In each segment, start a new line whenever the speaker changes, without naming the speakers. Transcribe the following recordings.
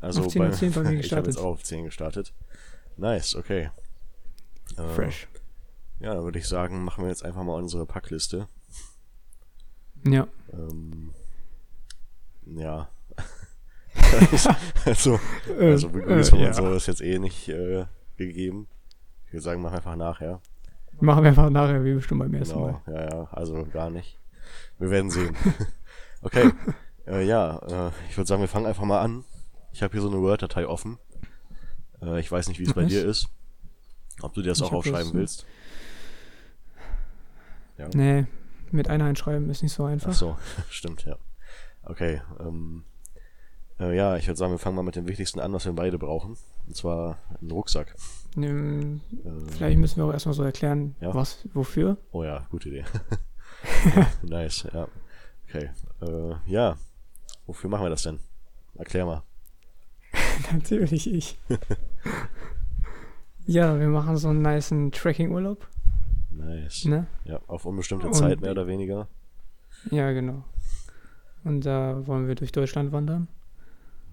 Also
Auf 10
bei,
und 10 bei mir
ich habe
gestartet.
jetzt auch auf 10 gestartet. Nice, okay. Äh,
Fresh.
Ja, dann würde ich sagen, machen wir jetzt einfach mal unsere Packliste.
Ja.
Ähm, ja. also,
Äh,
also Reviews von
äh,
äh,
ja.
und so ist jetzt eh nicht äh, gegeben. Ich würde sagen, mach einfach nachher.
Machen wir einfach nachher, wie bestimmt beim ersten
Genau,
Mal.
ja, ja, also gar nicht. Wir werden sehen. okay, äh, ja, äh, ich würde sagen, wir fangen einfach mal an. Ich habe hier so eine Word-Datei offen. Äh, ich weiß nicht, wie es bei
Nice.
dir ist. Ob du dir das
Ich
auch
hab
aufschreiben
das-
willst. Ja.
Nee, mit einer einschreiben ist nicht so
Ach
einfach.
so, stimmt, ja. Okay, ähm, äh, ja, ich würde sagen, wir fangen mal mit dem Wichtigsten an, was wir beide brauchen. Und zwar einen Rucksack.
Ähm,
Äh,
Vielleicht müssen wir auch erstmal so erklären,
Ja.
was, wofür.
Oh ja, gute Idee. nice, ja. Okay. Äh, ja. Wofür machen wir das denn? Erklär mal.
Natürlich ich. ja, wir machen so einen niceen Trekking-Urlaub,
Nice.
ne?
Ja, auf unbestimmte
Und-
Zeit mehr oder weniger.
Ja, genau. Und da wollen wir durch Deutschland wandern.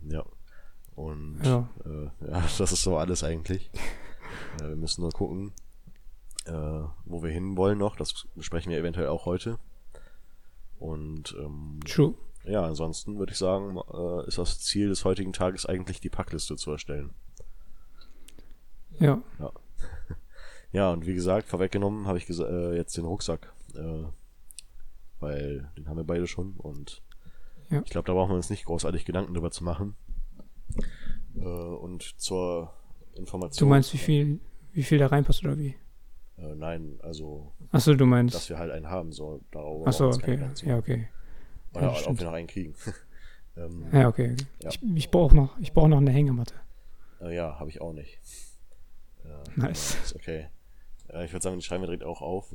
Ja. Und
Ja.
Äh, ja, das ist so alles eigentlich. äh, wir müssen nur gucken, äh, wo wir hin wollen noch. Das besprechen wir eventuell auch heute. Und ähm,
True.
ja, ansonsten würde ich sagen, äh, ist das Ziel des heutigen Tages eigentlich, die Packliste zu erstellen.
Ja,
Ja, und wie gesagt, vorweggenommen habe ich gesa- äh, jetzt den Rucksack, äh, weil den haben wir beide schon und
Ja.
ich glaube, da brauchen wir uns nicht großartig Gedanken drüber zu machen. Äh, und zur
du
Information.
meinst, wie viel, wie viel da reinpasst oder wie?
Äh, nein, also,
Achso, du
dass
meinst.
wir halt einen haben, so darüber brauchen wir
Achso,
uns keine
okay.
Gedanken zu
Ja, okay.
machen.
ja,
Oder ob
stimmt.
wir noch einen kriegen. ähm,
Ja, okay.
Ja.
Ich, ich brauche noch, ich brauch noch eine Hängematte.
äh, ja, habe ich auch nicht.
Nice.
Ist okay. Äh, ich würde sagen, die schreiben wir direkt auch auf.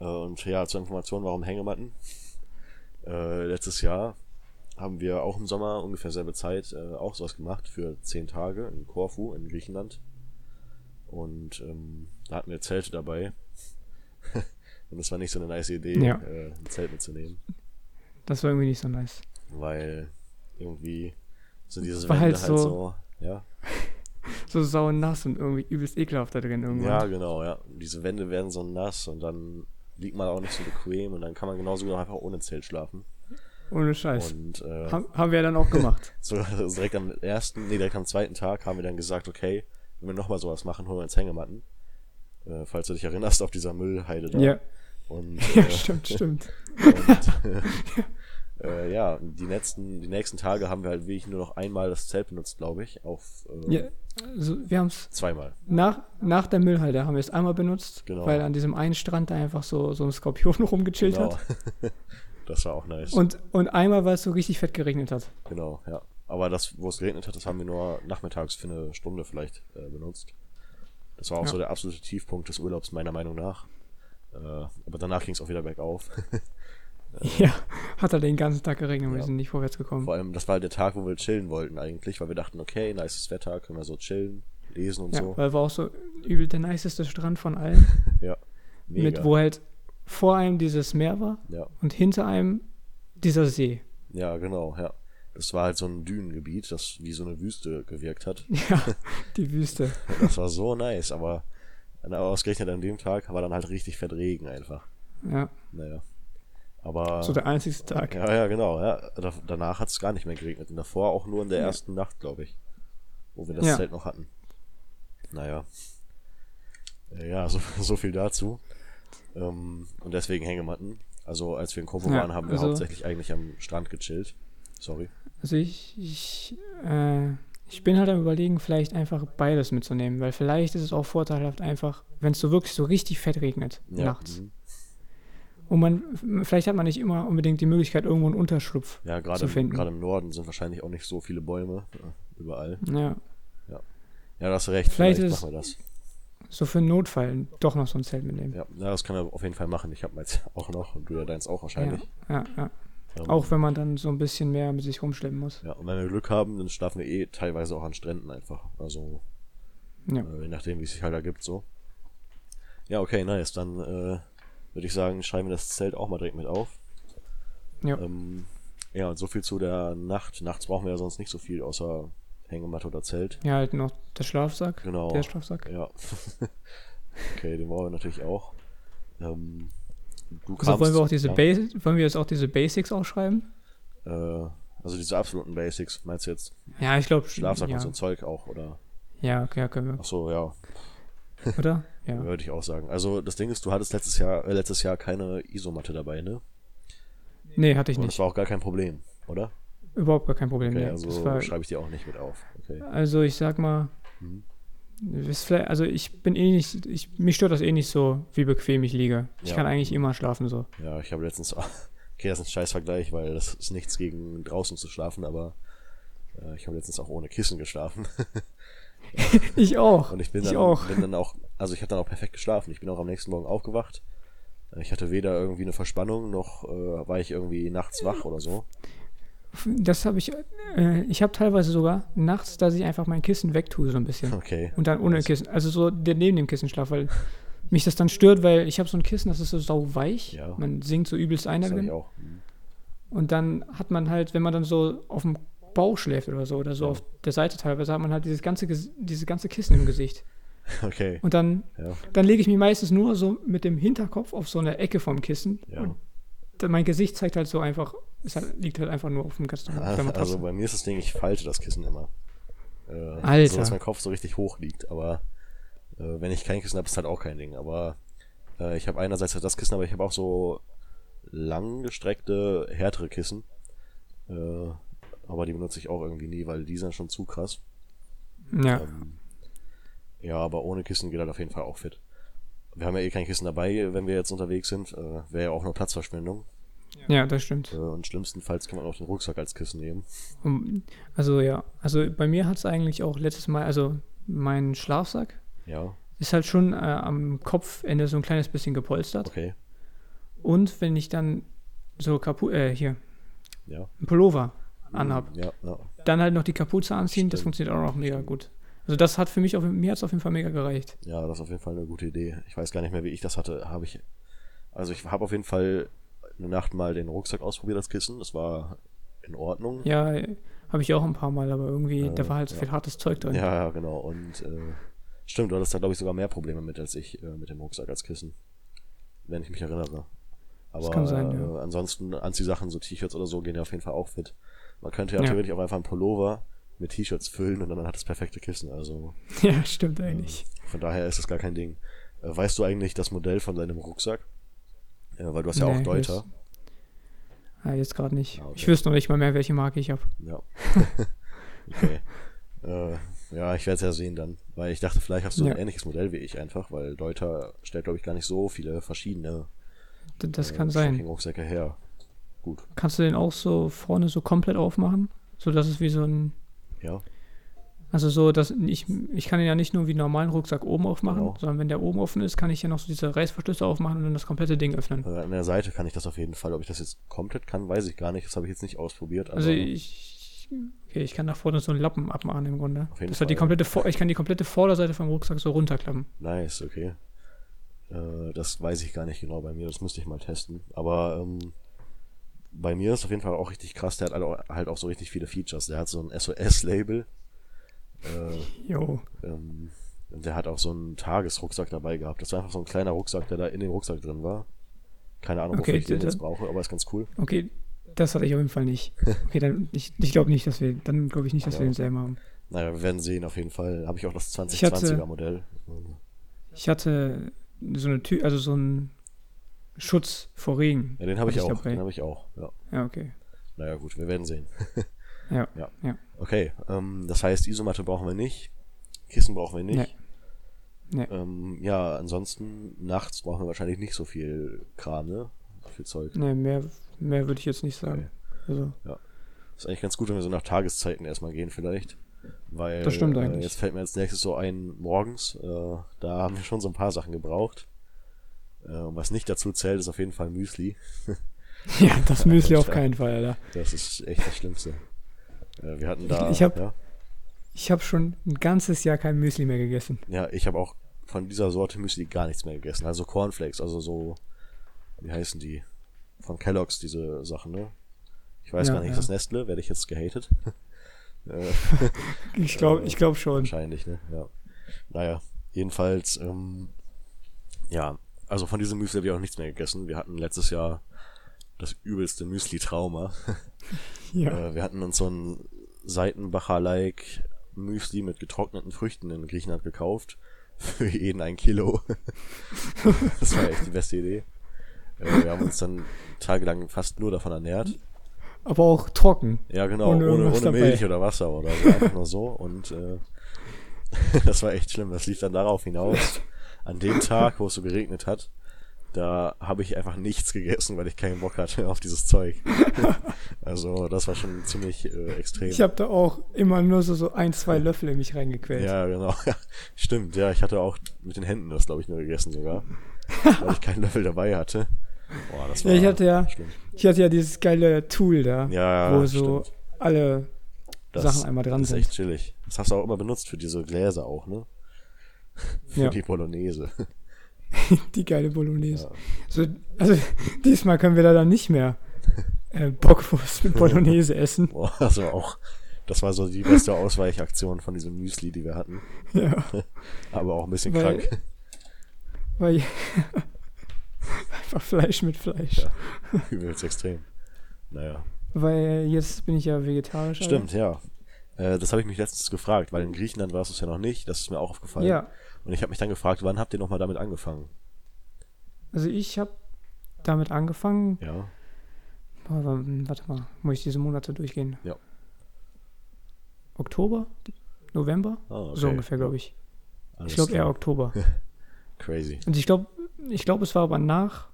Äh, und ja, zur Information, warum Hängematten? Äh, letztes Jahr haben wir auch im Sommer ungefähr selbe Zeit äh, auch sowas gemacht für zehn Tage in Korfu in Griechenland. Und ähm, da hatten wir Zelte dabei. und es war nicht so eine nice Idee,
Ja.
äh, ein Zelt mitzunehmen,
Das war irgendwie nicht so nice.
weil irgendwie so dieses
War halt
Wände
so-
ja.
So sau nass und irgendwie übelst ekelhaft da drin irgendwann.
Ja, genau, ja. Diese Wände werden so nass und dann liegt man auch nicht so bequem und dann kann man genauso gut auch einfach ohne Zelt schlafen.
Ohne Scheiß.
Und äh,
Haben, haben wir dann auch gemacht.
so also direkt am ersten, nee, direkt am zweiten Tag haben wir dann gesagt, okay, wenn wir nochmal sowas machen, holen wir uns Hängematten. Äh, falls du dich erinnerst auf dieser Müllheide da.
ja.
Und,
ja,
äh,
stimmt, stimmt.
und äh, ja, die letzten, die nächsten Tage haben wir halt wirklich nur noch einmal das Zelt benutzt, glaube ich. Auf äh,
Ja, also wir haben es
zweimal.
nach, nach der Müllhalde haben wir es einmal benutzt,
Genau.
weil an diesem einen Strand da einfach so, so ein Skorpion rumgechillt
Genau.
hat.
das war auch nice.
Und, und einmal, weil es so richtig fett geregnet hat.
Genau, ja. Aber das, wo es geregnet hat, das haben wir nur nachmittags für eine Stunde vielleicht äh, benutzt. Das war auch
Ja.
so der absolute Tiefpunkt des Urlaubs, meiner Meinung nach. Äh, aber danach ging es auch wieder bergauf.
Ja, hat er den ganzen Tag geregnet und wir
Ja.
sind nicht vorwärts gekommen.
Vor allem, das war halt der Tag, wo wir chillen wollten eigentlich, weil wir dachten, okay, nices Wetter, können wir so chillen, lesen und
ja,
so.
weil war auch so übel der niceste Strand von allen,
Ja, mega.
mit wo halt vor einem dieses Meer war
ja.
und hinter einem dieser See.
ja, genau, ja. Das war halt so ein Dünengebiet, das wie so eine Wüste gewirkt hat.
Ja, die Wüste.
Das war so nice, aber aber ausgerechnet an dem Tag war dann halt richtig fett Regen einfach.
Ja,
Naja. Aber
so der einzigste Tag.
Ja, ja, genau. Ja. Da, danach hat es gar nicht mehr geregnet. Und davor auch nur in der
Ja.
ersten Nacht, glaube ich. Wo wir das
Ja.
Zelt noch hatten. Naja. Äh, Ja, so, so viel dazu. Ähm, und deswegen Hängematten. Also, als wir in Kobo
Ja,
waren, haben wir
also-
hauptsächlich eigentlich am Strand gechillt. Sorry.
Also ich, ich, äh, ich bin halt am überlegen, vielleicht einfach beides mitzunehmen, weil vielleicht ist es auch vorteilhaft einfach, wenn es so wirklich so richtig fett regnet
Ja,
nachts.
mhm.
Und man, vielleicht hat man nicht immer unbedingt die Möglichkeit, irgendwo einen Unterschlupf
ja gerade
zu
im,
finden.
gerade im Norden sind wahrscheinlich auch nicht so viele Bäume äh, überall.
Ja,
Ja, du hast recht. Vielleicht,
Vielleicht
vielleicht
ist-
machen wir das.
so für einen Notfall doch noch so ein Zelt mitnehmen.
Ja, na, das können wir auf jeden Fall machen. Ich habe meins auch noch. Und du ja deins auch
Ja,
wahrscheinlich.
ja, ja.
Ähm,
Auch wenn man dann so ein bisschen mehr mit sich rumschleppen muss.
Ja, und wenn wir Glück haben, dann schlafen wir eh teilweise auch an Stränden einfach. Also,
Ja.
äh, je nachdem, wie es sich halt ergibt, so. Ja, okay, nice. Dann äh, würde ich sagen, schreiben wir das Zelt auch mal direkt mit auf.
Ja.
Ähm, Ja, und so viel zu der Nacht. Nachts brauchen wir ja sonst nicht so viel, außer Hängematte oder Zelt.
Ja, halt noch der Schlafsack.
Genau.
Der Schlafsack.
Ja. okay, den brauchen wir natürlich auch. Ähm, du
Also wollen wir auch diese
ja,
Basi- wollen wir jetzt auch diese Basics aufschreiben?
äh, Also diese absoluten Basics, meinst du jetzt?
Ja, ich glaube
Schlafsack
ja.
und so ein Zeug auch, oder?
Ja, okay, ja, können
Ach so, ja,
wir, oder? Ja.
würde ich auch sagen. Also das Ding ist, du hattest letztes Jahr, äh, letztes Jahr keine Isomatte dabei, ne?
Nee, hatte ich
Und
nicht.
das war auch gar kein Problem, oder?
Überhaupt gar kein Problem.
Okay,
nee. das
also
war,
schreibe ich dir auch nicht mit auf. Okay.
also ich sag mal,
Mhm.
ist vielleicht, also ich bin eh nicht, ich, mich stört das eh nicht so, wie bequem ich liege. Ich
Ja.
kann eigentlich immer schlafen so.
Ja, ich habe letztens. Okay, das ist ein Scheißvergleich, weil das ist nichts gegen draußen zu schlafen, aber äh, ich habe letztens auch ohne Kissen geschlafen.
Ich auch.
Und ich bin
ich
dann,
auch.
bin dann auch, also ich habe dann auch perfekt geschlafen. Ich bin auch am nächsten Morgen aufgewacht. Äh, Ich hatte weder irgendwie eine Verspannung noch äh, war ich irgendwie nachts wach oder so.
Das habe ich, äh, ich habe teilweise sogar nachts, dass ich einfach mein Kissen wegtue so ein bisschen.
Okay.
Und dann ohne Kissen, also so der neben dem Kissen schlaf, weil mich das dann stört, weil ich habe so ein Kissen, das ist so sauweich.
Ja.
Man singt so übelst ein da
Das habe ich
drin.
auch. Mhm.
Und dann hat man halt, wenn man dann so auf dem Bauch schläft oder so, oder so
Ja.
auf der Seite teilweise, hat man halt dieses ganze, Ges- dieses ganze Kissen im Gesicht.
Okay.
Und dann,
Ja.
dann lege ich mich meistens nur so mit dem Hinterkopf auf so eine Ecke vom Kissen.
Ja.
Und dann mein Gesicht zeigt halt so einfach, es hat, liegt halt einfach nur auf dem ganz normalen auf der Matratze.
Also bei mir ist das Ding, ich falte das Kissen immer. Äh,
Alter.
So, dass mein Kopf so richtig hoch liegt. Aber äh, wenn ich kein Kissen habe, ist halt auch kein Ding. Aber äh, ich habe einerseits halt das Kissen, aber ich habe auch so langgestreckte, härtere Kissen. Äh, aber die benutze ich auch irgendwie nie, weil die sind schon zu krass.
ja.
Ähm, ja, aber ohne Kissen geht halt auf jeden Fall auch fit. Wir haben ja eh kein Kissen dabei, wenn wir jetzt unterwegs sind. Äh, Wäre ja auch nur Platzverschwendung.
ja, das stimmt.
Äh, und schlimmstenfalls kann man auch den Rucksack als Kissen nehmen.
Um, Also ja, also bei mir hat es eigentlich auch letztes Mal, also mein Schlafsack
Ja,
ist halt schon äh, am Kopfende so ein kleines bisschen gepolstert.
okay.
Und wenn ich dann so Kapu äh, hier,
Ja.
einen Pullover anhab,
Ja, ja.
dann halt noch die Kapuze anziehen,
Mhm.
das
Stimmt.
funktioniert auch noch mega gut. Also das hat für mich, auf, mir hat es auf jeden Fall mega gereicht.
Ja, das ist auf jeden Fall eine gute Idee. Ich weiß gar nicht mehr, wie ich das hatte. Habe ich. Also ich habe auf jeden Fall eine Nacht mal den Rucksack ausprobiert, das Kissen. Das war in Ordnung.
Ja, äh, habe ich auch ein paar Mal, aber irgendwie,
Äh,
da war halt so
ja.
viel hartes Zeug drin.
Ja, ja, genau. Und äh, stimmt, du hattest da, glaube ich, sogar mehr Probleme mit als ich äh, mit dem Rucksack als Kissen. Wenn ich mich erinnere. Aber
kann sein,
äh,
ja.
ansonsten Anziehsachen, so T-Shirts oder so, gehen ja auf jeden Fall auch fit. Man könnte ja,
Ja.
theoretisch auch einfach einen Pullover mit T-Shirts füllen und dann hat das perfekte Kissen. Also
ja stimmt eigentlich.
Von daher ist es gar kein Ding. Äh, Weißt du eigentlich das Modell von deinem Rucksack? Äh, Weil du hast ja auch
Nee,
Deuter.
Ah, jetzt gerade nicht.
Ah, okay.
Ich wüsste noch nicht mal mehr, welche Marke ich habe.
Ja. okay. Äh, ja, ich werde es ja sehen dann. Weil ich dachte, vielleicht hast du
Ja.
ein ähnliches Modell wie ich einfach, weil Deuter stellt, glaube ich, gar nicht so viele verschiedene
Das
äh,
kann sein.
Rucksäcke her. Gut,
Kannst du den auch so vorne so komplett aufmachen? So dass es wie so ein.
ja.
Also so, dass ich, ich kann den ja nicht nur wie einen normalen Rucksack oben aufmachen,
Genau.
sondern wenn der oben offen ist, kann ich ja noch so diese Reißverschlüsse aufmachen und dann das komplette Ding öffnen.
Äh, an der Seite kann ich das auf jeden Fall. Ob ich das jetzt komplett kann, weiß ich gar nicht. Das habe ich jetzt nicht ausprobiert. Aber
Also ich. Okay, ich kann nach vorne so einen Lappen abmachen im Grunde.
Auf jeden
das hat die
Fall,
komplette Vor ich kann die komplette Vorderseite vom Rucksack so runterklappen.
Nice, okay. Äh, das weiß ich gar nicht genau bei mir, das müsste ich mal testen. Aber ähm, bei mir ist auf jeden Fall auch richtig krass, der hat halt auch, halt auch so richtig viele Features. Der hat so ein SOS-Label. Äh,
Jo.
ähm, und der hat auch so einen Tagesrucksack dabei gehabt. Das war einfach so ein kleiner Rucksack, der da in dem Rucksack drin war. Keine Ahnung, wofür
Okay,
ich den
der-
jetzt brauche, aber ist ganz cool.
Okay, das hatte ich auf jeden Fall nicht. Okay, dann ich, ich glaube nicht, dass wir dann glaube ich nicht, dass
Ja.
wir den selber haben.
Naja, wir werden sehen, auf jeden Fall. Habe ich auch das
Ich hatte-
2020er Modell. Ähm,
Ich hatte so eine Tür, also so einen Schutz vor Regen.
Ja, den habe ich,
Hatte ich
auch. ne?
dabei.
Den habe ich auch, ja.
Ja, okay.
Naja, gut, wir werden sehen.
Ja,
ja.
ja.
Okay, ähm, das heißt, Isomatte brauchen wir nicht. Kissen brauchen wir nicht.
Nee.
Ähm, ja, ansonsten, nachts brauchen wir wahrscheinlich nicht so viel Kram, ne? So viel Zeug.
Nee, mehr, mehr würde ich jetzt nicht sagen. Also,
Ist eigentlich ganz gut, wenn wir so nach Tageszeiten erstmal gehen, vielleicht. Weil
Das stimmt
Äh,
eigentlich.
jetzt fällt mir als nächstes so ein morgens. Äh, da haben wir schon so ein paar Sachen gebraucht. Äh, und was nicht dazu zählt, ist auf jeden Fall Müsli.
ja, das Müsli auf
Alter.
keinen Fall, Alter.
Das ist echt das Schlimmste. Äh, wir hatten da.
Ich- ich hab-
ja?
Ich habe schon ein ganzes Jahr kein Müsli mehr gegessen.
Ja, ich habe auch von dieser Sorte Müsli gar nichts mehr gegessen. Also Cornflakes, also so, wie heißen die? Von Kellogg's, diese Sachen, ne? Ich weiß
Ja,
gar nicht,
ja.
ist das Nestle? Werde ich jetzt gehatet? äh,
Ich glaube ich glaub schon.
Wahrscheinlich, ne? Ja. Naja, jedenfalls, ähm, ja, also von diesem Müsli habe ich auch nichts mehr gegessen. Wir hatten letztes Jahr das übelste Müsli-Trauma.
Ja.
Äh, wir hatten uns so ein Seitenbacher-like Müsli mit getrockneten Früchten in Griechenland gekauft. Für jeden ein Kilo. das war echt die beste Idee. Äh, wir haben uns dann tagelang fast nur davon ernährt.
Aber auch trocken.
Ja, genau,
Ohne
ohne, ohne,
irgendwas dabei.
Milch oder Wasser oder so, einfach nur so. Und äh, das war echt schlimm. Das lief dann darauf hinaus. An dem Tag, wo es so geregnet hat, da habe ich einfach nichts gegessen, weil ich keinen Bock hatte auf dieses Zeug. also das war schon ziemlich äh, extrem.
Ich habe da auch immer nur so, so ein, zwei Löffel in mich reingequält.
ja, genau. Stimmt, ja, ich hatte auch mit den Händen das, glaube ich, nur gegessen sogar. weil ich keinen Löffel dabei hatte. Boah, das
Ja,
war
ich hatte ja-
schlimm.
Ich hatte ja dieses geile Tool da,
Ja,
wo so
stimmt.
alle Sachen einmal dran
das ist
sind.
echt chillig. Das hast du auch immer benutzt für diese Gläser auch, ne? Für
Ja.
die Polonaise.
die geile Bolognese. So, also diesmal können wir da dann nicht mehr äh, Bockwurst mit Bolognese essen.
Boah, das war auch. Das war so die beste Ausweichaktion von diesem Müsli, die wir hatten.
Ja,
Aber auch ein bisschen
Weil-
krank.
weil einfach Fleisch mit Fleisch.
Ja. Übelst extrem. Naja.
Weil jetzt bin ich ja vegetarisch. also Alter.
Stimmt, ja. Äh, das habe ich mich letztens gefragt, weil in Griechenland war es das ja noch nicht. Das ist mir auch aufgefallen.
Ja,
Und ich habe mich dann gefragt, wann habt ihr nochmal damit angefangen?
also ich habe damit angefangen.
Ja.
Boah, w- warte mal, muss ich diese Monate durchgehen?
Ja.
Oktober? November?
Ah, okay.
So ungefähr, glaube ich.
Alles
Ich glaube eher
klar.
Oktober.
Crazy.
Und ich glaube, ich glaube, es war aber nach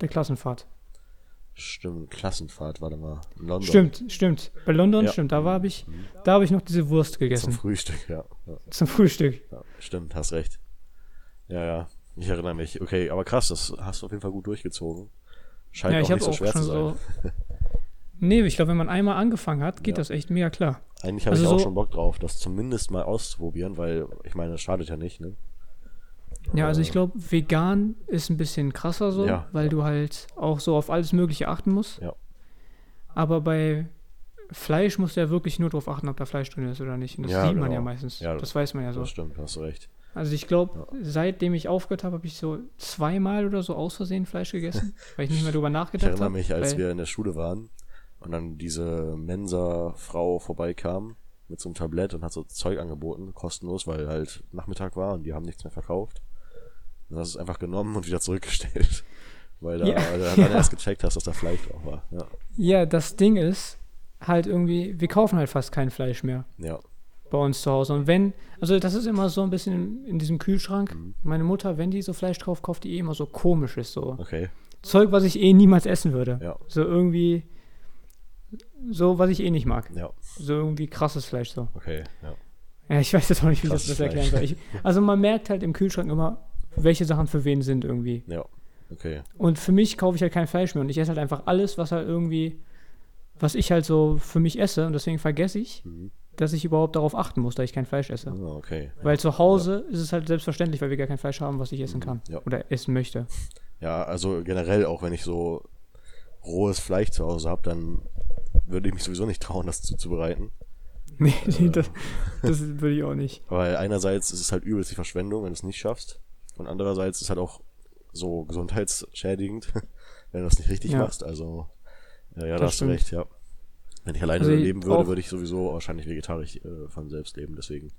der Klassenfahrt.
Stimmt, Klassenfahrt, warte mal. In London.
Stimmt, stimmt. Bei London,
Ja. Mhm.
stimmt. Da war ich, da habe ich noch diese Wurst
Zum
gegessen
Frühstück, ja. ja.
zum, Frühstück.
Ja, stimmt, hast recht. Ja, ja, ich erinnere mich. Okay, aber krass, das hast du auf jeden Fall gut durchgezogen. Scheint
ja, ich
auch
habe
nicht so
auch
schwer
schon
zu sein.
so. Nee, ich glaube, wenn man einmal angefangen hat, geht
Ja.
das echt mega klar.
Eigentlich habe
also
ich auch
so-
schon Bock drauf, das zumindest mal auszuprobieren, weil ich meine, es schadet ja nicht, ne?
Ja, also ich glaube, vegan ist ein bisschen krasser so,
Äh. Ja.
weil du halt auch so auf alles Mögliche achten musst.
Ja.
Aber bei Fleisch musst du ja wirklich nur darauf achten, ob da Fleisch drin ist oder nicht. Und das
Ja,
sieht man ja
genau.
meistens.
Ja,
das weiß man ja so.
Das stimmt, hast du recht.
Also ich glaube, seitdem ich aufgehört habe, habe ich so zweimal oder so aus Versehen Fleisch gegessen, weil ich nicht mehr drüber
Ich
nachgedacht
erinnere
habe.
mich, als
weil-
wir in der Schule waren und dann diese Mensa-Frau vorbeikam mit so einem Tablett und hat so Zeug angeboten, kostenlos, weil halt Nachmittag war und die haben nichts mehr verkauft. Und das ist einfach genommen und wieder zurückgestellt. Weil da,
Ja,
weil du
ja.
dann erst gecheckt hast, dass da Fleisch drauf war. Ja.
Ja, das Ding ist halt irgendwie, wir kaufen halt fast kein Fleisch mehr
Ja,
bei uns zu Hause. Und wenn, also das ist immer so ein bisschen in, in diesem Kühlschrank.
Mhm.
Meine Mutter, wenn die so Fleisch kauft, kauft die eh immer so komisches, so
okay.
Zeug, was ich eh niemals essen würde.
Ja.
So irgendwie, so was ich eh nicht mag.
Ja,
So irgendwie krasses Fleisch so.
okay. Ja.
Ja, ich weiß jetzt auch nicht, wie ich das
Krasses
besser erklären soll.
Fleisch.
Ich, also man merkt halt im Kühlschrank immer, welche Sachen für wen sind irgendwie.
Ja, okay.
Und für mich kaufe ich halt kein Fleisch mehr und ich esse halt einfach alles, was halt irgendwie, was ich halt so für mich esse und deswegen vergesse ich,
Mhm.
dass ich überhaupt darauf achten muss, dass ich kein Fleisch esse.
Ah, okay.
Weil zu Hause ist es halt selbstverständlich, weil wir gar kein Fleisch haben, was ich essen kann
Mhm. Ja.
oder essen möchte.
Ja, also generell auch wenn ich so rohes Fleisch zu Hause habe, dann würde ich mich sowieso nicht trauen, das zuzubereiten.
Nee, nee, das, das würde ich auch nicht.
Weil einerseits ist es halt übelst die Verschwendung, wenn du es nicht schaffst. Und andererseits ist es halt auch so gesundheitsschädigend, wenn du das nicht richtig
Ja.
machst. Also, ja, ja da
Das
hast du
stimmt.
recht, ja. Wenn ich alleine
Also ich-
leben würde,
auch-
würde ich sowieso wahrscheinlich vegetarisch äh, von selbst leben, deswegen.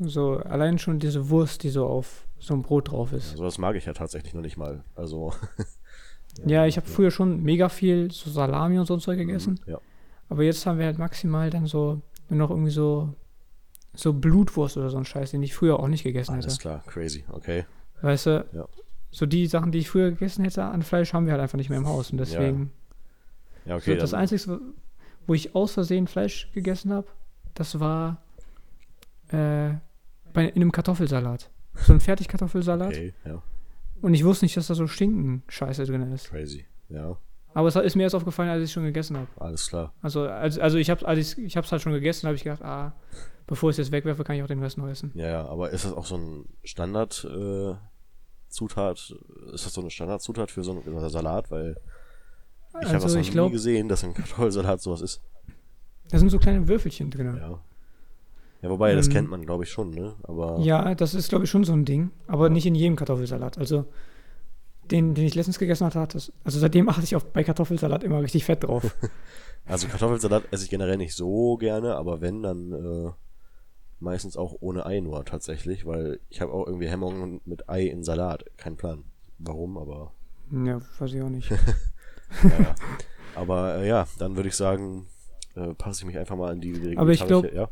So, allein schon diese Wurst, die so auf so einem Brot drauf ist.
Also das mag ich ja tatsächlich noch nicht mal. Also,
Ja, ich habe früher schon mega viel so Salami und so ein Zeug gegessen.
ja.
Aber jetzt haben wir halt maximal dann so nur noch irgendwie so so Blutwurst oder so ein Scheiß, den ich früher auch nicht gegessen
Alles
hätte.
klar, crazy, okay.
Weißt du,
Ja.
so die Sachen, die ich früher gegessen hätte an Fleisch, haben wir halt einfach nicht mehr im Haus. Und deswegen,
Ja, okay,
so das
dann,
Einzige, wo ich aus Versehen Fleisch gegessen habe, das war äh, bei, in einem Kartoffelsalat. So ein Fertigkartoffelsalat.
okay, ja,
Und ich wusste nicht, dass da so Schinken-Scheiße drin ist.
crazy, ja.
Aber es ist mir erst aufgefallen, als ich es schon gegessen habe.
Alles klar.
Also, also, also ich habe es ich hab's halt schon gegessen, habe ich gedacht, ah, bevor ich es jetzt wegwerfe, kann ich auch den Rest noch essen.
Ja, ja, aber ist das auch so ein Standard äh, Zutat? Ist das so eine Standardzutat für so einen Salat? Weil Ich habe das
also
noch
ich
nie
glaube,
gesehen, dass ein Kartoffelsalat sowas ist.
da sind so kleine Würfelchen drin.
Ja. Ja, wobei, das
Ähm,
kennt man, glaube ich, schon, ne? Aber
Ja, das ist, glaube ich, schon so ein Ding. Aber nicht in jedem Kartoffelsalat. Also, den, den ich letztens gegessen hatte, hat das, also seitdem achte ich auf, bei Kartoffelsalat immer richtig fett drauf.
also Kartoffelsalat esse ich generell nicht so gerne, aber wenn, dann äh, meistens auch ohne Ei nur tatsächlich, weil ich habe auch irgendwie Hemmungen mit Ei in Salat. Kein Plan, warum, aber
ja, weiß ich auch nicht.
naja. aber äh, ja, dann würde ich sagen, äh, passe ich mich einfach mal an die vegetarische.
Aber ich glaub-
ja,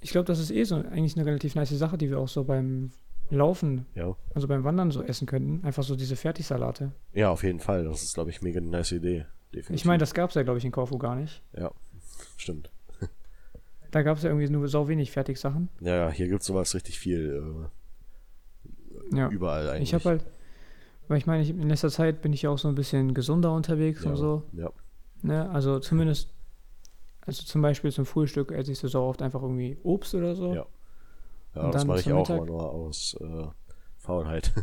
Ich glaube, das ist eh so eigentlich eine relativ nice Sache, die wir auch so beim Laufen,
ja.
also beim Wandern so essen könnten. Einfach so diese Fertigsalate.
ja, auf jeden Fall. Das ist, glaube ich, mega eine nice Idee. Definitiv.
Ich meine, das gab es ja, glaube ich, in Korfu gar nicht.
Ja, stimmt.
Da gab es ja irgendwie nur so wenig Fertigsachen.
Ja, ja, hier gibt's sowas richtig viel.
Ja.
Äh, überall eigentlich.
Ich habe halt, weil ich meine, ich, in letzter Zeit bin ich ja auch so ein bisschen gesunder unterwegs
ja,
und so.
Ja,
Ne? Also zumindest, also zum Beispiel zum Frühstück esse ich so sau oft einfach irgendwie Obst oder so.
Ja. ja
Und
das
dann
mache ich
zum
auch immer
Mittag-
nur aus äh, Faulheit.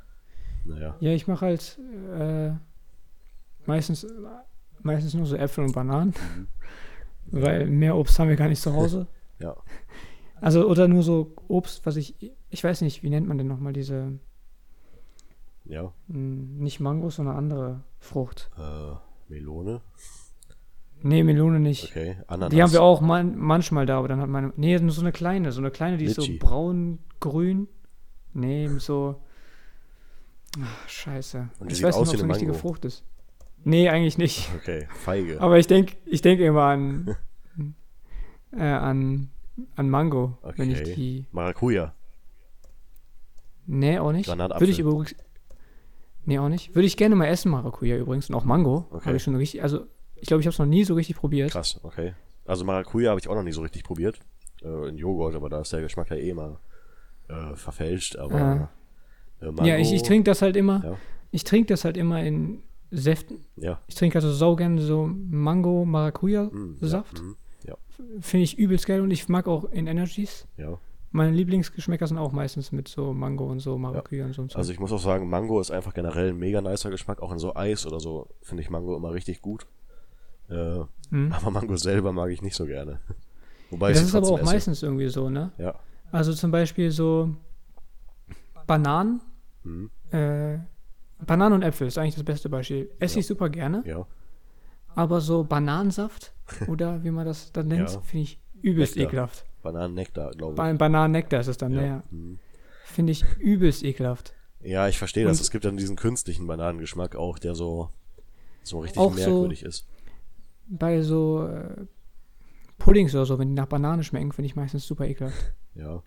naja.
Ja, ich mache halt äh, meistens, äh, meistens nur so Äpfel und Bananen, weil mehr Obst haben wir gar nicht zu Hause.
Mhm. Ja.
Also oder nur so Obst, was ich, ich weiß nicht, wie nennt man denn nochmal diese,
Ja.
mh, nicht Mango, sondern andere Frucht.
Äh, Melone.
Nee, Melone nicht.
Okay. Ananas.
Die haben wir auch man, manchmal da, aber dann hat meine. Nee, nur so eine kleine, so eine kleine, die
Litchi.
ist so braun-grün. Nee, mit so. Ach, scheiße.
Und die
ich
sieht
weiß
aus
nicht, ob
wie eine
es eine richtige
Mango.
Frucht ist. Nee, eigentlich nicht.
Okay. Feige.
Aber ich denke ich denk immer an. äh, an. An Mango, wenn ich
Okay.
die.
Maracuja.
Nee, auch nicht.
Granatapfel.
Würde ich übrigens. Nee, auch nicht. Würde ich gerne mal essen, Maracuja übrigens. Und auch Mango.
Okay.
Habe ich schon richtig. Also, ich glaube, ich habe es noch nie so richtig probiert.
Krass. Okay. Also Maracuja habe ich auch noch nie so richtig probiert. Äh, in Joghurt, aber da ist der Geschmack ja eh mal äh, verfälscht. Aber äh, Mango,
Ja, ich, ich trinke das halt immer.
Ja.
Ich trinke das halt immer in Säften.
Ja.
Ich trinke also sau gerne so
mm,
Mango-Maracuja-Saft.
Ja, mm, ja.
Finde ich übelst geil und ich mag auch in Energies.
Ja.
Meine Lieblingsgeschmäcker sind auch meistens mit so Mango und so Maracuja und so und so.
Also ich muss auch sagen, Mango ist einfach generell ein mega nicer Geschmack. Auch in so Eis oder so finde ich Mango immer richtig gut. Äh,
Hm?
Aber Mango selber mag ich nicht so gerne. Wobei
Das
ich sie
ist aber auch
trotzdem esse.
meistens irgendwie so, ne?
Ja.
Also zum Beispiel so Bananen.
Hm.
Äh, Bananen und Äpfel ist eigentlich das beste Beispiel. Esse ich super gerne,
Ja.
aber so Bananensaft oder wie man das dann nennt,
Ja.
finde ich übelst
Nektar.
ekelhaft.
Bananennektar, glaube
Ba Bananennektar ist es dann,
ich.
ja.
Ja.
ja.
Hm.
Finde ich übelst ekelhaft.
ja, ich verstehe das.
Und-
Es gibt dann diesen künstlichen Bananengeschmack auch, der so, so richtig
Auch so-
merkwürdig ist.
bei so äh, Puddings oder so, wenn die nach Banane schmecken, finde ich meistens super ekelhaft.
Ja.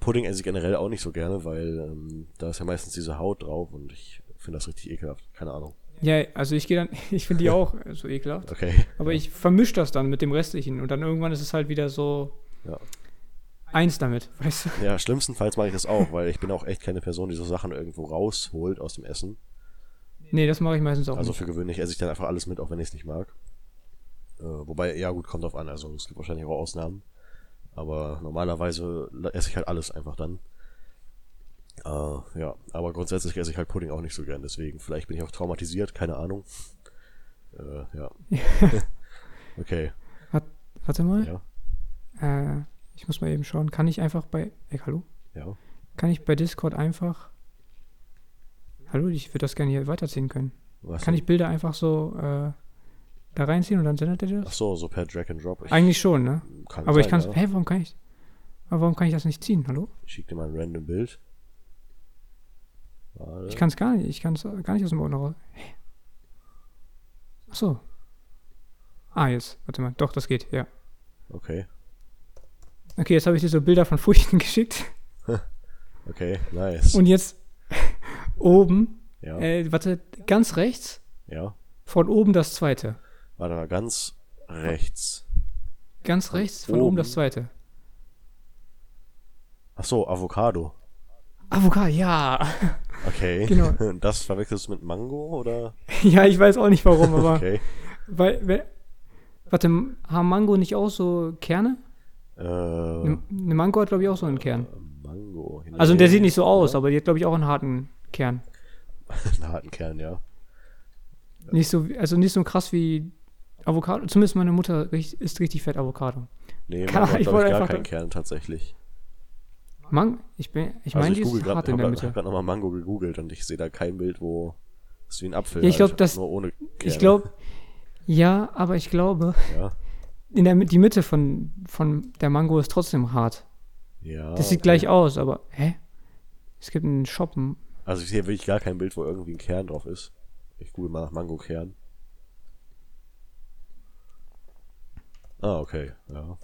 Pudding esse ich generell auch nicht so gerne, weil ähm, da ist ja meistens diese Haut drauf und ich finde das richtig ekelhaft. Keine Ahnung.
Ja, also ich gehe dann, ich finde die auch äh, so ekelhaft,
Okay.
aber ich vermische das dann mit dem restlichen und dann irgendwann ist es halt wieder so
Ja.
eins damit, weißt du?
Ja, schlimmstenfalls mache ich das auch, weil ich bin auch echt keine Person, die so Sachen irgendwo rausholt aus dem Essen.
Nee, das mache ich meistens auch
Also
nicht.
für gewöhnlich esse ich dann einfach alles mit, auch wenn ich es nicht mag. Äh, wobei, ja gut, kommt drauf an. Also es gibt wahrscheinlich auch Ausnahmen. Aber normalerweise la- esse ich halt alles einfach dann. Äh, ja, aber grundsätzlich esse ich halt Pudding auch nicht so gern. Deswegen, vielleicht bin ich auch traumatisiert, keine Ahnung. Äh, ja. okay,
Warte mal,
ja,
äh, ich muss mal eben schauen, kann ich einfach bei, ey, hallo?
ja.
Kann ich bei Discord einfach, hallo, ich würde das gerne hier weiterziehen können.
Was
Kann ich Bilder einfach so äh, da reinziehen und dann sendet ihr
Ach
das?
so, so per Drag and Drop. Ich
Eigentlich schon, ne?
kann
Aber ich
sein,
kann es.
ja.
Hä, warum kann ich. Aber warum kann ich das nicht ziehen? Hallo?
Ich schick dir mal ein random Bild. Warte.
Ich kann es gar nicht. Ich kann es gar nicht aus dem Boden raus. Hä? Ach so. Ah, jetzt. Warte mal. Doch, das geht. Ja.
Okay,
Okay, jetzt habe ich dir so Bilder von Furchten geschickt.
okay, nice.
Und jetzt oben.
ja,
Äh, warte, ganz rechts.
ja.
Von oben das zweite.
Warte mal, ganz rechts.
Ganz rechts. Von oben,
oben.
das zweite.
Ach so, Avocado.
Avocado, ja.
Okay.
Genau.
Das verwechselst du mit Mango oder?
ja, ich weiß auch nicht warum, aber.
Okay.
Weil, weil, warte, haben Mango nicht auch so Kerne?
Äh,
Eine ne Mango hat, glaube ich, auch so einen Kern.
Mango.
Also
Äh, Nee,
der sieht nicht so aus, aber die hat, glaube ich, auch einen harten Kern.
einen harten Kern, ja.
Nicht so, also nicht so krass wie Avocado. Zumindest meine Mutter richt- isst richtig fett Avocado.
Nee,
Keine
man hat,
Ahnung, ich
glaube
wollte
ich, gar
einfach-
keinen Kern tatsächlich.
Mang, ich bin, ich
Also
meine,
ich
die
google
ist hart
gerade,
in
habe
der
gerade
Mitte.
hab grad nochmal Mango gegoogelt und ich sehe da kein Bild, wo es wie ein Apfel
Ja, ich glaub,
halt,
das-
nur ohne Kern.
Ich glaube, ja, aber ich glaube,
Ja,
in der, Mi- die Mitte von, von der Mango ist trotzdem hart.
ja
Das sieht
Ah, okay.
gleich aus, aber hä? Es gibt einen Shoppen.
Also ich sehe wirklich gar kein Bild, wo irgendwie ein Kern drauf ist. Ich google mal nach Mango-Kern. Ah, okay, ja.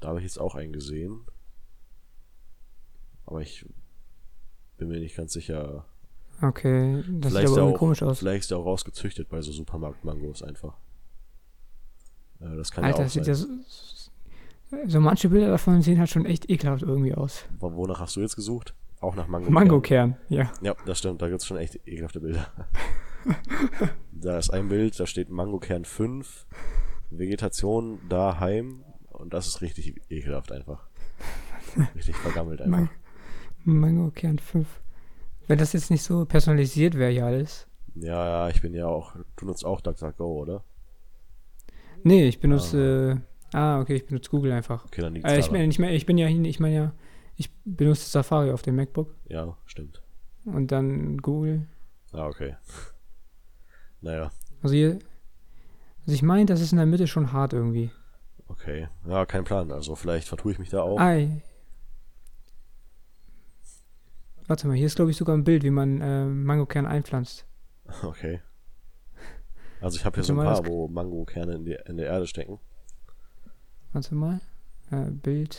Da habe ich jetzt auch einen gesehen. Aber ich bin mir nicht ganz sicher.
Okay,
vielleicht,
das sieht
ist
aber
der
irgendwie
auch,
komisch aus.
vielleicht ist der auch rausgezüchtet bei so Supermarkt-Mangos einfach. Äh, das kann
Alter,
ja auch
das sieht
sein.
ja so, so manche Bilder davon sehen halt schon echt ekelhaft irgendwie aus.
Wo- Wonach hast du jetzt gesucht? Auch nach Mango.
Mango-Kern, ja.
Ja, das stimmt. Da gibt's schon echt ekelhafte Bilder. da ist ein Bild, da steht Mangokern 5, Vegetation daheim. Und das ist richtig ekelhaft einfach. Richtig vergammelt einfach.
Man- Mango-Kern 5. Wenn das jetzt nicht so personalisiert wäre, ja alles.
Ja, ja, ich bin ja auch. Du nutzt auch DuckDuckGo, oder?
Nee, ich benutze. Äh, ah, okay, ich benutze Google einfach.
Okay, dann liegt's
Äh, ich
daran.
meine, ich, mein, ich bin ja hin, ich meine ja, ich benutze Safari auf dem MacBook
Ja, stimmt.
und dann Google.
Ah, okay. Naja,
Also hier. Also ich meine, das ist in der Mitte schon hart irgendwie.
okay. Ja, kein Plan. Also vielleicht vertue ich mich da auch.
Ei. Warte mal, hier ist glaube ich sogar ein Bild, wie man äh, Mangokern einpflanzt.
Okay. Also ich habe hier
Warte
so ein
mal,
paar,
das-
wo Mangokerne in, die, in der Erde stecken.
Warte mal. Äh, Bild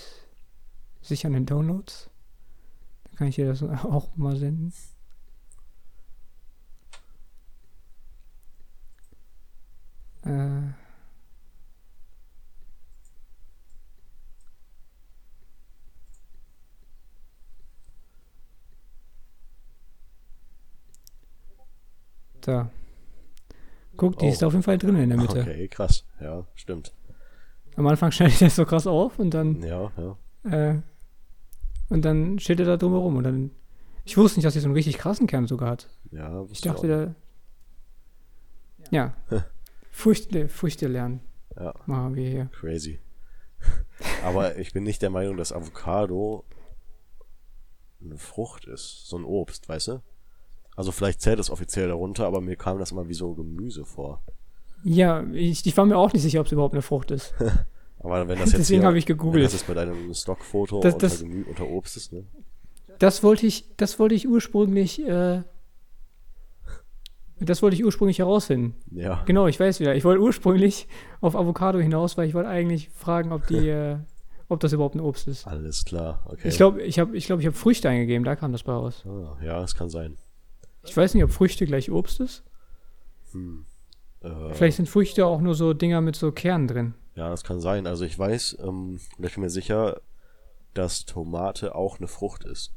sichern in Downloads. Dann kann ich dir das auch mal senden. Äh. Da. Guck, die
Oh.
ist auf jeden Fall drin in der Mitte.
Okay, krass. Ja, stimmt.
Am Anfang schneide ich das so krass auf und dann
Ja, ja.
äh, und dann steht er da drumherum und dann. Ich wusste nicht, dass sie so einen richtig krassen Kern sogar hat.
Ja,
Ich
wusste auch
dachte da. Ja. Furcht, äh, Furcht lernen.
Ja.
Machen wir hier.
Crazy. Aber ich bin nicht der Meinung, dass Avocado eine Frucht ist, so ein Obst, weißt du? Also vielleicht zählt es offiziell darunter, aber mir kam das immer wie so Gemüse vor.
Ja, ich, ich war mir auch nicht sicher, ob es überhaupt eine Frucht ist.
Aber wenn das jetzt
Deswegen
hier-
habe ich
wenn das
gegoogelt.
ist bei deinem Stockfoto
Das-
unter,
das-
Gemü unter Obst ist, ne?
Das wollte ich, das wollte ich ursprünglich, äh, das wollte ich ursprünglich herausfinden.
Ja.
Genau, ich weiß wieder. Ich wollte ursprünglich auf Avocado hinaus, weil ich wollte eigentlich fragen, ob die, äh, ob das überhaupt ein Obst ist.
Alles klar, okay.
Ich glaube, ich habe ich glaub, ich hab Früchte eingegeben, da kam das bei raus.
ah, ja, es kann sein.
Ich weiß nicht, ob Früchte gleich Obst ist.
Hm. Äh,
Vielleicht sind Früchte auch nur so Dinger mit so Kernen drin.
Ja, das kann sein. Also ich weiß, ähm, oder ich bin mir sicher, dass Tomate auch eine Frucht ist.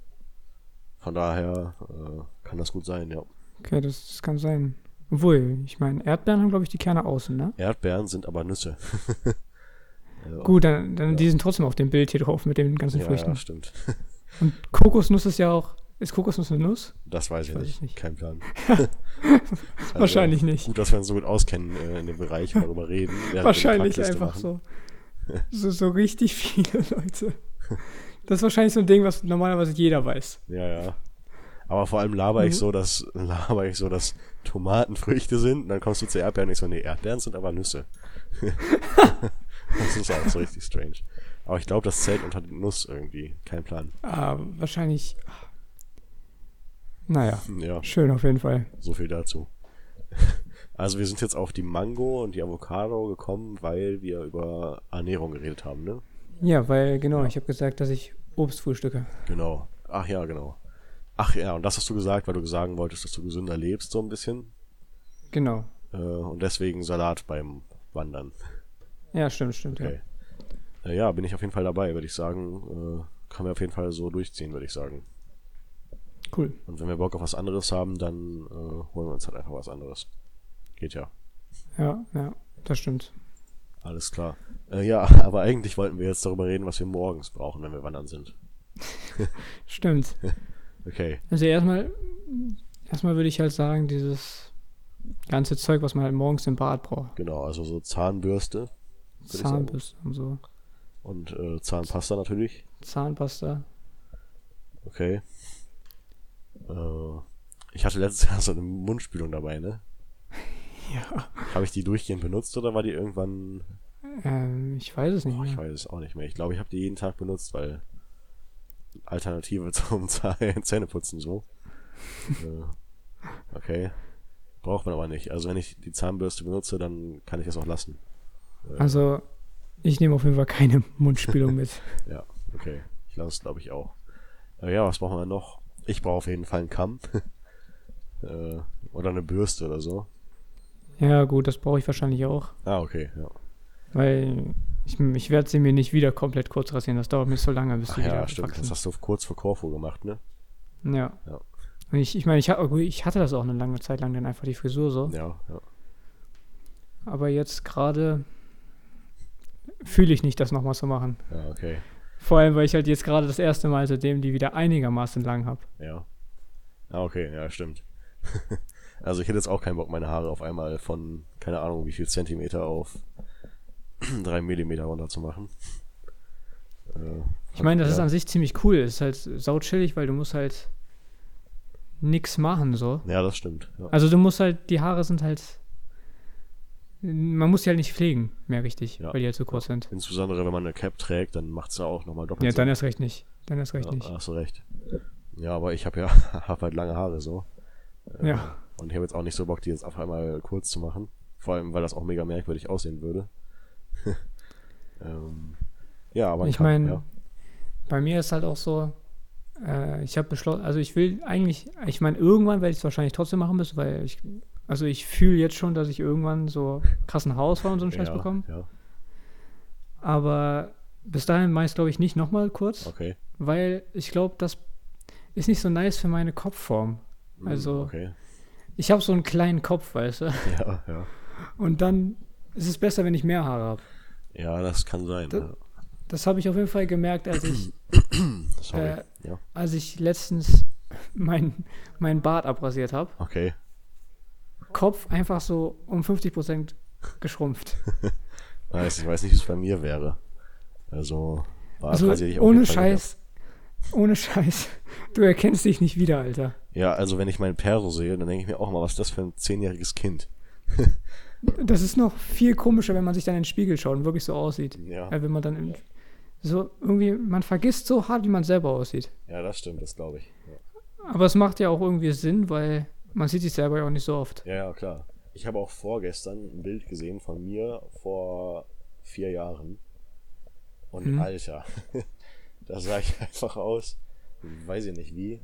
Von daher äh, kann das gut sein, ja.
Okay, das, das kann sein. Obwohl, ich meine, Erdbeeren haben, glaube ich, die Kerne außen, ne?
Erdbeeren sind aber Nüsse. Ja.
Gut, dann, dann die sind trotzdem auf dem Bild hier drauf mit den ganzen
ja, ja,
Früchten.
stimmt.
Und Kokosnuss ist ja auch. Ist Kokosnuss eine Nuss?
Das weiß ich,
weiß
nicht.
es nicht.
Kein Plan. Also,
Wahrscheinlich nicht.
Gut, dass wir uns so gut auskennen äh, in dem Bereich und darüber reden. während wir die
wahrscheinlich
Packliste
einfach
machen.
so. so. So richtig viele Leute. Das ist wahrscheinlich so ein Ding, was normalerweise jeder weiß.
Ja, ja. Aber vor allem laber ich
Mhm.
so, dass laber ich so, dass Tomaten Früchte sind. Und dann kommst du zu Erdbeeren und ich so, nee, Erdbeeren sind aber Nüsse. das ist auch so richtig strange. Aber ich glaube, das zählt unter die Nuss irgendwie. Kein Plan.
Ah, wahrscheinlich. ah. Naja,
Ja,
schön auf jeden Fall.
so viel dazu. Also wir sind jetzt auf die Mango und die Avocado gekommen, weil wir über Ernährung geredet haben, ne?
Ja, weil, genau, ich habe gesagt, dass ich Obst frühstücke.
Genau. Ach ja, genau. Ach ja, und das hast du gesagt, weil du sagen wolltest, dass du gesünder lebst, so ein bisschen.
Genau.
Äh, und deswegen Salat beim Wandern.
Ja, stimmt, stimmt.
Okay. Äh, Ja, bin ich auf jeden Fall dabei, würde ich sagen. Äh, kann man auf jeden Fall so durchziehen, würde ich sagen.
Ja. Cool.
Und wenn wir Bock auf was anderes haben, dann äh, holen wir uns halt einfach was anderes. Geht ja.
Ja, ja, das stimmt.
Alles klar. Äh, ja, aber eigentlich wollten wir jetzt darüber reden, was wir morgens brauchen, wenn wir wandern sind.
Stimmt.
Okay.
Also erstmal, erstmal würde ich halt sagen, dieses ganze Zeug, was man halt morgens im Bad braucht.
Genau, also so Zahnbürste ich sagen.
Zahnbürste und so.
und äh, Zahnpasta natürlich.
Zahnpasta.
Okay. Äh, ich hatte letztes Jahr so eine Mundspülung dabei, ne?
Ja.
Habe ich die durchgehend benutzt oder war die irgendwann.
Ähm, ich weiß es nicht
Oh, ich
mehr.
weiß es auch nicht mehr. Ich glaube, ich habe die jeden Tag benutzt, weil Alternative zum Zäh- Zähneputzen so. äh, okay. Braucht man aber nicht. Also wenn ich die Zahnbürste benutze, dann kann ich das auch lassen.
Also, ich nehme auf jeden Fall keine Mundspülung mit.
Ja, okay. Ich lasse es, glaube ich, auch. Äh, ja, was brauchen wir noch? Ich brauche auf jeden Fall einen Kamm. äh, oder eine Bürste oder so.
Ja, gut, das brauche ich wahrscheinlich auch.
Ah, okay, ja.
Weil ich, ich werde sie mir nicht wieder komplett kurz rasieren. Das dauert mir so lange, bis
Ach
die wieder
ja, stimmt.
wachsen.
Das hast du kurz vor Korfu gemacht, ne?
Ja.
Ja.
Und ich, ich meine, ich, ha- oh ich hatte das auch eine lange Zeit lang dann einfach die Frisur so.
Ja, ja.
Aber jetzt gerade fühle ich nicht, das nochmal zu machen.
Ja, okay.
Vor allem, weil ich halt jetzt gerade das erste Mal seitdem die wieder einigermaßen lang habe.
Ja. Ah, okay, ja, stimmt. also ich hätte jetzt auch keinen Bock, meine Haare auf einmal von, keine Ahnung, wie viel Zentimeter auf drei Millimeter runter zu machen. Äh,
Ich meine, das ist
ja.
an sich ziemlich cool. Ist halt sauchillig, weil du musst halt nix machen so.
Ja, das stimmt. Ja.
Also du musst halt, die Haare sind halt, man muss die halt nicht pflegen, mehr richtig,
Ja.
weil die halt so kurz sind.
Insbesondere wenn man eine Cap trägt, dann macht's ja auch nochmal doppelt
Ja,
Sinn.
dann erst recht nicht. Dann erst recht nicht.
Ja, hast du recht. Ja, aber ich habe ja hab halt lange Haare so. Äh,
Ja.
Und ich habe jetzt auch nicht so Bock, die jetzt auf einmal kurz zu machen. Vor allem, weil das auch mega merkwürdig aussehen würde. ähm, ja, aber
Ich
kann,
meine,
ja.
bei mir ist halt auch so, äh, ich habe beschlossen, also ich will eigentlich, ich meine, irgendwann werde ich es wahrscheinlich trotzdem machen müssen, weil ich, also ich fühle jetzt schon, dass ich irgendwann so krassen Haarausfall und so einen Scheiß
ja,
bekomme.
Ja,
Aber bis dahin mache ich es, glaube ich, nicht nochmal kurz,
okay.
weil ich glaube, das ist nicht so nice für meine Kopfform.
Hm,
Also-
Okay.
Ich habe so einen kleinen Kopf, weißt du?
Ja, ja.
Und dann ist es besser, wenn ich mehr Haare habe.
Ja, das kann sein.
Das-
ja.
Das habe ich auf jeden Fall gemerkt, als ich,
Sorry.
äh,
ja,
als ich letztens meinen mein Bart abrasiert habe.
okay.
Kopf einfach so um 50% geschrumpft.
Weiß, ich weiß nicht, wie es bei mir wäre. Also, war
Also
rasier ich auf
ohne
jeden Fall nicht ab.
Scheiß. Ohne Scheiß. Du erkennst dich nicht wieder, Alter.
Ja, also wenn ich meinen Perso sehe, dann denke ich mir auch mal, was ist das für ein zehnjähriges Kind?
Das ist noch viel komischer, wenn man sich dann in den Spiegel schaut und wirklich so aussieht.
Ja.
Äh, Wenn man dann im- so irgendwie, man vergisst so hart, wie man selber aussieht.
Ja, das stimmt, das glaube ich. Ja.
Aber es macht ja auch irgendwie Sinn, weil man sieht sich selber ja auch nicht so oft.
Ja, ja, klar. Ich habe auch vorgestern ein Bild gesehen von mir vor vier Jahren. Und
Hm.
Alter, da sah ich einfach aus, weiß ich nicht wie,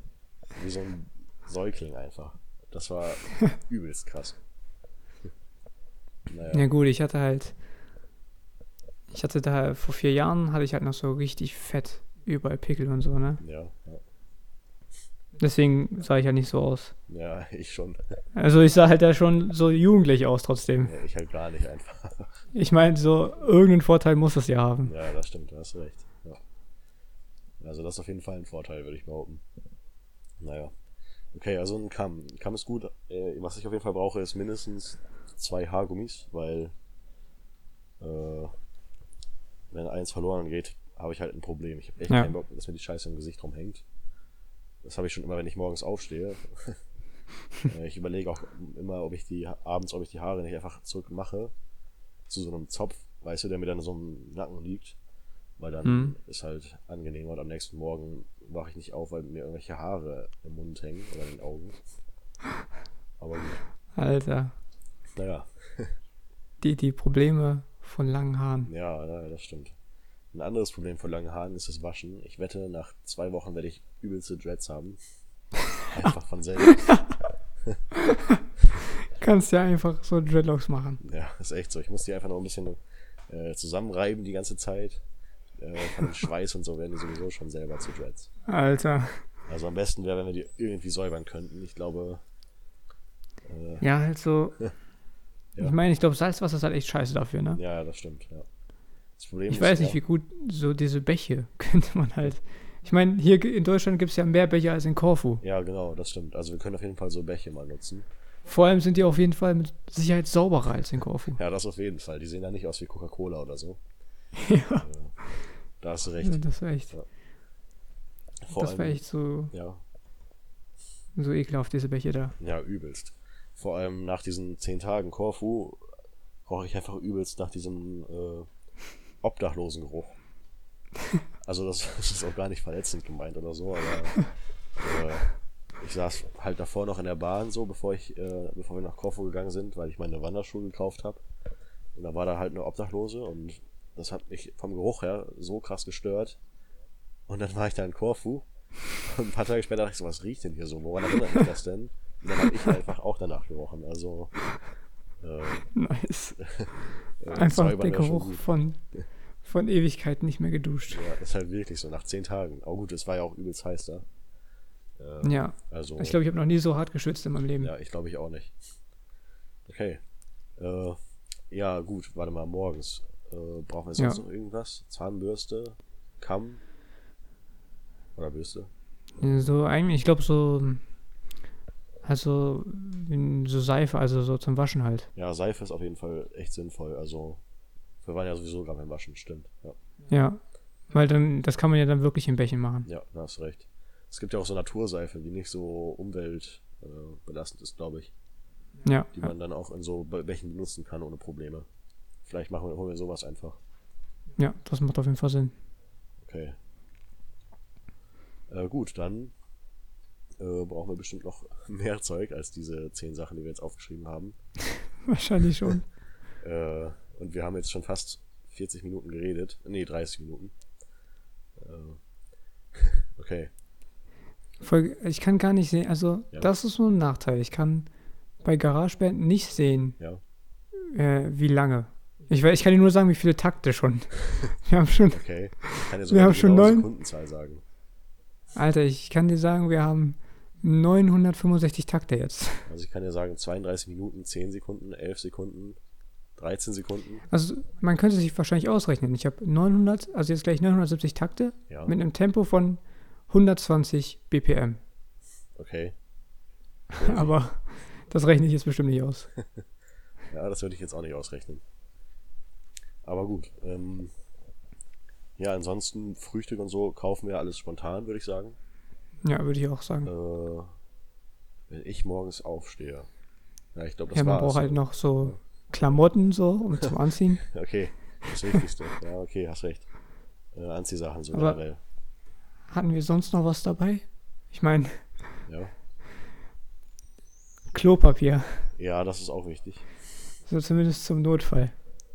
wie so ein Säugling einfach. Das war übelst krass. Naja,
Ja gut, ich hatte halt, ich hatte da vor vier Jahren, hatte ich halt noch so richtig fett überall Pickel und so, ne?
ja, ja,
Deswegen sah ich ja nicht so aus.
ja, ich schon.
Also ich sah halt da schon so jugendlich aus trotzdem.
Ja, Ich halt gar nicht einfach.
Ich meine, so irgendeinen Vorteil muss das ja haben.
Ja, das stimmt, da hast du recht. Ja. Also das ist auf jeden Fall ein Vorteil, würde ich behaupten. Naja. Okay, also ein Kamm. Ein Kamm ist gut. Äh, was ich auf jeden Fall brauche, ist mindestens zwei Haargummis, weil äh, wenn eins verloren geht, habe ich halt ein Problem. Ich habe echt
Ja.
keinen Bock, dass mir die Scheiße im Gesicht rumhängt. Das habe ich schon immer, wenn ich morgens aufstehe. Äh, ich überlege auch immer, ob ich die abends, ob ich die Haare nicht einfach zurück mache zu so einem Zopf, weißt du, der mir dann so im Nacken liegt, weil dann
Mhm.
ist halt angenehmer und am nächsten Morgen wache ich nicht auf, weil mir irgendwelche Haare im Mund hängen oder in den Augen. Aber gut,
Alter,
naja,
die, die Probleme von langen Haaren.
ja, ja, das stimmt. Ein anderes Problem von langen Haaren ist das Waschen. Ich wette, nach zwei Wochen werde ich übelste Dreads haben. Einfach von selbst.
Kannst ja einfach so Dreadlocks machen.
Ja, ist echt so. Ich muss die einfach noch ein bisschen äh, zusammenreiben die ganze Zeit. Äh, von dem Schweiß und so werden die sowieso schon selber zu Dreads.
Alter.
Also am besten wäre, wenn wir die irgendwie säubern könnten. Ich glaube, äh,
Ja, halt so.
Ja.
Ich meine, ich glaube, Salzwasser ist halt echt scheiße dafür, ne?
ja, das stimmt. Ja. Das Problem
Ich
ist
weiß nicht,
ja,
wie gut so diese Bäche könnte man halt. Ich Ich meine, hier in Deutschland gibt es ja mehr Becher als in Korfu.
Ja, genau, das stimmt. Also wir können auf jeden Fall so Bäche mal nutzen.
Vor allem sind die auf jeden Fall mit Sicherheit sauberer als in Korfu.
Ja, das auf jeden Fall. Die sehen da nicht aus wie Coca-Cola oder so. Also,
Ja,
Da hast du recht.
also das war echt,
Ja. Vor
das war
allem-
echt so,
Ja,
so ekelhaft, diese Becher da.
ja, übelst. Vor allem nach diesen zehn Tagen Korfu roch ich einfach übelst nach diesem äh, Obdachlosengeruch. Also das, das ist auch gar nicht verletzend gemeint oder so, aber äh, ich saß halt davor noch in der Bahn so, bevor ich, äh, bevor wir nach Korfu gegangen sind, weil ich meine Wanderschuhe gekauft habe. Und da war da halt eine Obdachlose und das hat mich vom Geruch her so krass gestört. Und dann war ich da in Korfu und ein paar Tage später dachte ich so, was riecht denn hier so? Woran erinnert mich das denn? Und dann habe ich einfach auch danach gerochen. Also äh,
Nice.
äh,
Einfach
Säubern
der
wäre schon
Geruch
gut.
von, von Ewigkeiten nicht mehr geduscht.
Ja, ist halt wirklich so, nach zehn Tagen. Aber gut, es war ja auch übelst heiß da. Äh,
Ja,
also,
ich glaube, ich habe noch nie so hart geschwitzt in meinem Leben.
ja, ich glaube ich auch nicht. Okay. Äh, ja, gut, warte mal, morgens. Äh, brauchen wir sonst
Ja.
noch irgendwas? Zahnbürste, Kamm oder Bürste?
So eigentlich, ich glaube so, also so Seife, also so zum Waschen halt.
Ja, Seife ist auf jeden Fall echt sinnvoll. Also, wir waren ja sowieso gerade beim Waschen, stimmt. Ja,
Ja, weil dann, das kann man ja dann wirklich im Bächen machen.
ja da hast du recht. Es gibt ja auch so Naturseife, die nicht so umweltbelastend äh, belastend ist, glaube ich.
Ja,
die man dann auch in so Be- Bächen benutzen kann ohne Probleme. Vielleicht machen wir, holen wir sowas einfach.
ja, das macht auf jeden Fall Sinn.
Okay. Äh, gut, dann äh, brauchen wir bestimmt noch mehr Zeug als diese zehn Sachen, die wir jetzt aufgeschrieben haben.
Wahrscheinlich schon.
Äh, und wir haben jetzt schon fast 40 Minuten geredet. Nee, 30 Minuten. Äh, okay.
Voll, ich kann gar nicht sehen, also
Ja.
das ist nur ein Nachteil. Ich kann bei GarageBand nicht sehen,
Ja.
äh, wie lange. Ich, we- ich kann dir nur sagen, wie viele Takte schon. Wir haben schon,
Okay. Ich kann dir
Wir
sogar
haben
die
schon
genaue
neun-
Sekundenzahl sagen.
Alter, ich kann dir sagen, wir haben 965 Takte jetzt.
Also ich kann dir sagen 32 Minuten, 10 Sekunden, 11 Sekunden, 13 Sekunden.
Also man könnte sich wahrscheinlich ausrechnen. Ich habe 900, also jetzt gleich 970 Takte
Ja.
mit einem Tempo von 120 BPM.
Okay.
Aber das rechne ich jetzt bestimmt nicht aus.
Ja, das würde ich jetzt auch nicht ausrechnen. Aber gut. Ähm, ja, ansonsten Frühstück und so kaufen wir alles spontan, würde ich sagen.
Ja, würde ich auch sagen.
Äh, wenn ich morgens aufstehe. Ja, ich glaube, das
Ja, man
war
braucht halt noch so Klamotten so, um zum Anziehen.
Okay, das Wichtigste. ja, okay, hast recht. Äh, Anziehsachen so
Aber-
generell.
Hatten wir sonst noch was dabei? Ich meine,
Ja.
Klopapier.
ja, das ist auch wichtig.
So zumindest zum Notfall.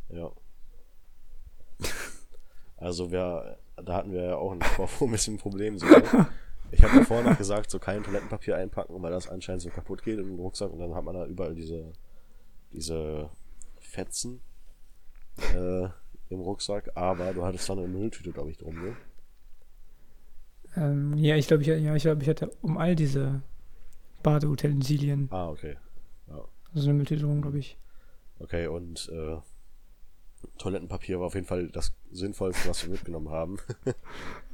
Ja. Also wir, da hatten wir ja auch ein, ein bisschen ein Problem. So. ne? Ich habe ja vorher noch gesagt, so kein Toilettenpapier einpacken, weil das anscheinend so kaputt geht im Rucksack und dann hat man da überall diese, diese Fetzen äh, im Rucksack. Aber du hattest da eine Mülltüte, glaube ich, drum, ne?
Ähm, ja, ich glaube, ich, ja, ich, glaub, ich hatte um all diese Badeutensilien,
Ah, okay.
also eine Mülltüte rum, glaube ich.
Okay, und äh, Toilettenpapier war auf jeden Fall das Sinnvollste, was wir mitgenommen haben.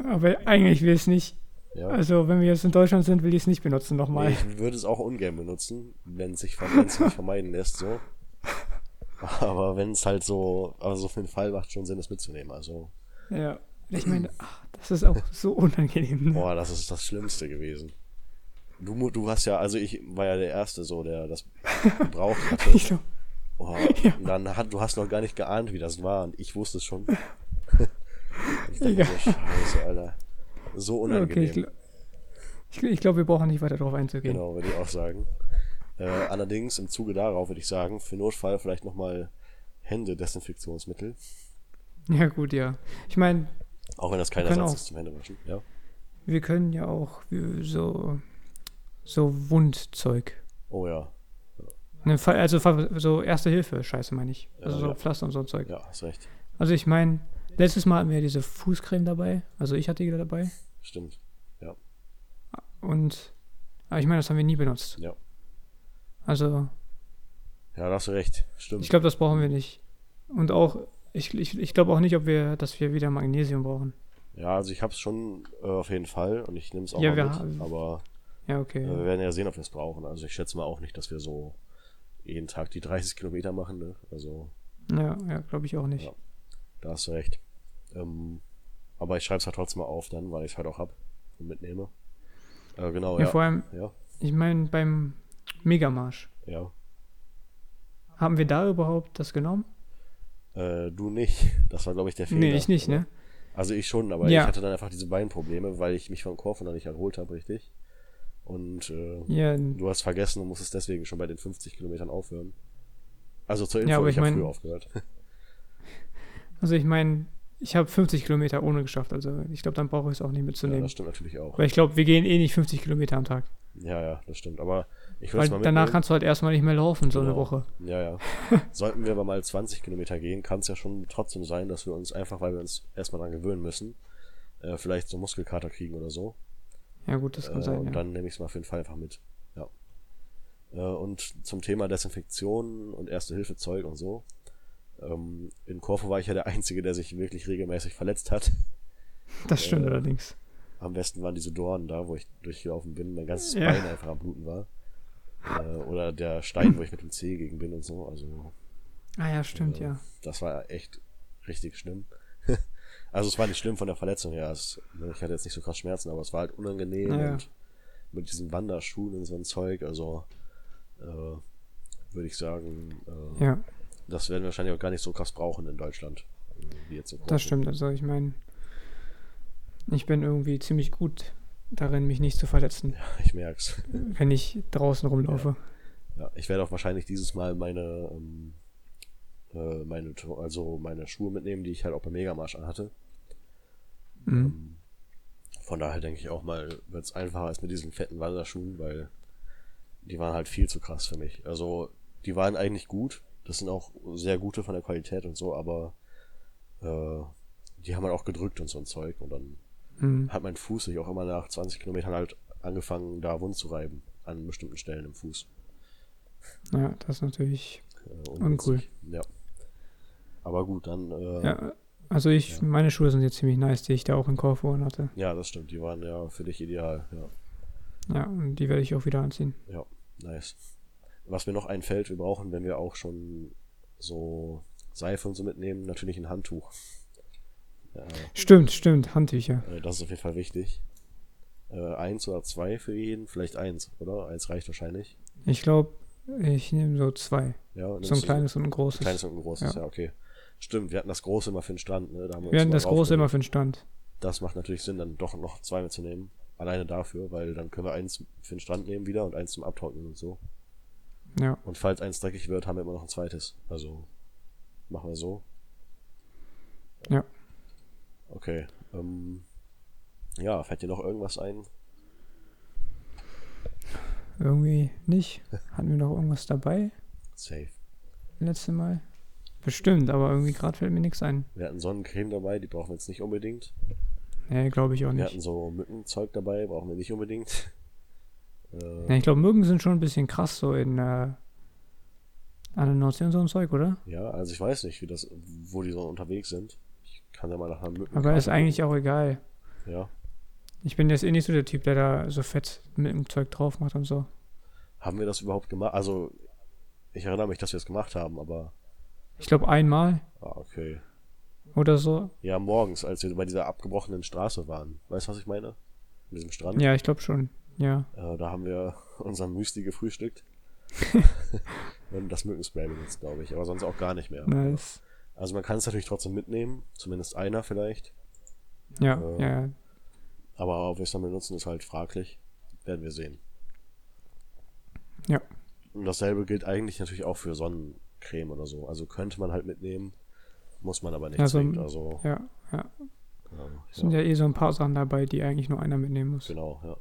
Aber eigentlich will ich es nicht.
ja.
Also, wenn wir jetzt in Deutschland sind, will ich es nicht benutzen
Nee,
nochmal.
ich würde es auch ungern benutzen, wenn es sich, ver- wenn es sich vermeiden lässt, so. Aber wenn es halt so, also für den Fall macht schon Sinn, es mitzunehmen. Also,
Ja. Ich meine, ach, das ist auch so unangenehm. Ne?
boah, das ist das Schlimmste gewesen. Du, mu- du hast ja, also ich war ja der Erste, so, der das gebraucht hatte.
Ich glaub,
Boah,
Ja.
und dann hat, du hast noch gar nicht geahnt, wie das war, und ich wusste es schon. ich
Egal.
dachte so, scheiße, Alter. So
okay,
unangenehm.
ich, gl- ich, gl- ich glaube, wir brauchen nicht weiter darauf einzugehen.
Genau, würde ich auch sagen. Äh, allerdings im Zuge darauf würde ich sagen, für Notfall vielleicht nochmal Händedesinfektionsmittel.
Ja, gut, ja. Ich meine,
Auch wenn das kein
Wir können
Ersatz
auch-
ist zum Händewaschen. Ja.
wir können ja auch äh, so, so Wundzeug.
Oh ja,
Ne, Fa- also Fa- so Erste-Hilfe-Scheiße, meine ich. Also
Ja,
so
ja.
Pflaster und so ein Zeug.
ja, hast recht.
Also ich meine, letztes Mal hatten wir diese Fußcreme dabei. Also ich hatte die dabei.
Stimmt.
Und aber ich meine, das haben wir nie benutzt.
Ja.
Also
Ja, da hast du recht. Stimmt.
ich glaube, das brauchen wir nicht. Und auch, ich, ich, ich glaube auch nicht, ob wir, dass wir wieder Magnesium brauchen.
Ja, also ich hab's schon äh, auf jeden Fall und ich nehme es auch
Ja,
mal
wir
mit,
haben-
aber
Ja,
äh,
okay.
wir werden ja sehen, ob wir es brauchen. Also ich schätze mal auch nicht, dass wir so jeden Tag die 30 Kilometer machen, ne? Also
ja, ja glaube ich auch nicht.
Ja. da hast du recht. Ähm, aber ich schreibe es halt trotzdem mal auf dann, weil ich es halt auch hab und mitnehme. Äh, genau,
ja,
ja.
vor allem,
Ja,
ich meine, beim Megamarsch,
ja.
haben wir da überhaupt das genommen?
Äh, du nicht. Das war, glaube ich, der Fehler.
nee, ich nicht, ne?
Also ich schon, aber
Ja.
ich hatte dann einfach diese Beinprobleme, weil ich mich von Corfuna nicht erholt habe, richtig. Und äh,
Ja,
du hast vergessen und musstest deswegen schon bei den 50 Kilometern aufhören. Also zur Info,
Ja, aber
ich,
ich
habe
mein-
früher aufgehört.
also ich meine, ich habe 50 Kilometer ohne geschafft, also ich glaube, dann brauche ich es auch nicht
ja,
mitzunehmen.
das stimmt natürlich auch.
Weil ich glaube, wir gehen eh nicht 50 Kilometer am Tag.
Ja, ja, das stimmt. Aber ich würde
Weil
es mal
danach
mitnehmen.
kannst du halt erstmal nicht mehr laufen, so eine
Genau.
Woche.
Ja, ja. Sollten wir aber mal 20 Kilometer gehen, kann es ja schon trotzdem sein, dass wir uns einfach, weil wir uns erstmal dran gewöhnen müssen, äh, vielleicht so Muskelkater kriegen oder so.
Ja, gut, das kann
äh,
sein.
und
Ja.
dann nehme ich es mal für den Fall einfach mit. Ja. Äh, und zum Thema Desinfektion und Erste-Hilfe-Zeug und so. Ähm, in Korfu war ich ja der Einzige, der sich wirklich regelmäßig verletzt hat.
das stimmt
äh,
allerdings.
Am besten waren diese Dornen da, wo ich durchgelaufen bin, mein ganzes
Ja.
Bein einfach am Bluten war. Äh, oder der Stein, wo ich mit dem Zeh gegen bin und so. Also,
Ah ja, stimmt,
äh,
ja.
das war echt richtig schlimm. also, es war nicht schlimm von der Verletzung her. Es, ne, ich hatte jetzt nicht so krass Schmerzen, aber es war halt unangenehm
Naja.
und mit diesen Wanderschuhen und so ein Zeug. Also, äh, würde ich sagen, äh,
Ja,
das werden wir wahrscheinlich auch gar nicht so krass brauchen in Deutschland. äh, Wie jetzt in
das
Korfu.
stimmt. Also ich meine, ich bin irgendwie ziemlich gut darin, mich nicht zu verletzen,
Ich merk's.
wenn ich draußen rumlaufe.
Ja, ich werde auch wahrscheinlich dieses Mal meine, ähm, äh, meine, To- also meine Schuhe mitnehmen, die ich halt auch beim Megamarsch anhatte.
Mhm.
Von daher denke ich auch mal, wird es einfacher als mit diesen fetten Wanderschuhen, weil die waren halt viel zu krass für mich. Also, die waren eigentlich gut. Das sind auch sehr gute von der Qualität und so, aber äh, die haben halt auch gedrückt und so ein Zeug. Und dann
Mhm.
hat mein Fuß sich auch immer nach 20 Kilometern halt angefangen, da wund zu reiben. An bestimmten Stellen im Fuß.
Ja, das ist natürlich.
Äh,
Uncool.
ungünstig. Ja. Aber gut, dann, äh, ja.
Ja, also ich,
Ja.
meine Schuhe sind jetzt ziemlich nice, die ich da auch in Korfu hatte.
das stimmt. Die waren ja für dich ideal. Ja,
Ja, und die werde ich auch wieder anziehen.
nice. Was mir noch einfällt, wir brauchen, wenn wir auch schon so Seife und so mitnehmen, natürlich ein Handtuch. Ja,
Stimmt, stimmt, Handtücher.
äh, das ist auf jeden Fall wichtig. Äh, eins oder zwei für jeden, vielleicht eins, oder? Eins reicht wahrscheinlich.
Ich glaube, ich nehme so zwei.
Ja, nimmst
So
du
ein kleines und ein
ein kleines
großes.
und ein großes, ja. okay. Stimmt, wir hatten das große immer für den Strand, ne? Da haben wir, uns
Wir hatten
immer
das große
raufgenommen.
immer für den Stand.
das macht natürlich Sinn, dann doch noch zwei mitzunehmen. Alleine dafür, weil dann können wir eins für den Strand nehmen wieder und eins zum Abtrocknen und so.
Ja.
Und falls eins dreckig wird, haben wir immer noch ein zweites. Also machen wir so.
Ja.
Okay. Ähm, ja, fällt dir noch irgendwas ein?
Irgendwie nicht. Hatten wir noch irgendwas dabei
Safe.
letzte Mal? Bestimmt, aber irgendwie gerade fällt mir nichts ein.
Wir hatten Sonnencreme dabei, die brauchen wir jetzt nicht unbedingt.
Nee, glaube ich auch
Wir
nicht.
hatten so Mückenzeug dabei, brauchen wir nicht unbedingt. Äh,
Nee, ich glaube, Mücken sind schon ein bisschen krass so in äh, an der Nordsee und so ein Zeug, oder?
Ja, also ich weiß nicht, wie das, wo die so unterwegs sind. Ich kann ja mal nach einer Mücken.
Aber ist eigentlich auch egal.
Ja.
Ich bin jetzt eh nicht so der Typ, der da so fett mit dem Zeug drauf macht und so.
Haben wir das überhaupt gemacht? Also, ich erinnere mich, dass wir es gemacht haben, aber.
Ich glaube einmal
Ah, okay.
oder so.
Ja, morgens, als wir bei dieser abgebrochenen Straße waren. Weißt du, was ich meine? An diesem Strand.
Ja, ich glaube schon. Ja.
Äh, da haben wir unseren Müsli gefrühstückt. Und das Mückenspray benutzt, glaube ich. Aber sonst auch gar nicht mehr.
Nice.
Also, man kann es natürlich trotzdem mitnehmen. Zumindest einer vielleicht.
Ja,
Äh,
ja, ja.
Aber ob wir es dann benutzen, ist halt fraglich. Werden wir sehen.
Ja.
Und dasselbe gilt eigentlich natürlich auch für Sonnencreme oder so. Also könnte man halt mitnehmen, muss man aber nicht
Ja, so-
zwingend. Also,
Ja, ja.
ja,
Es sind ja eh so ein paar Sachen dabei, die eigentlich nur einer mitnehmen muss.
genau, ja.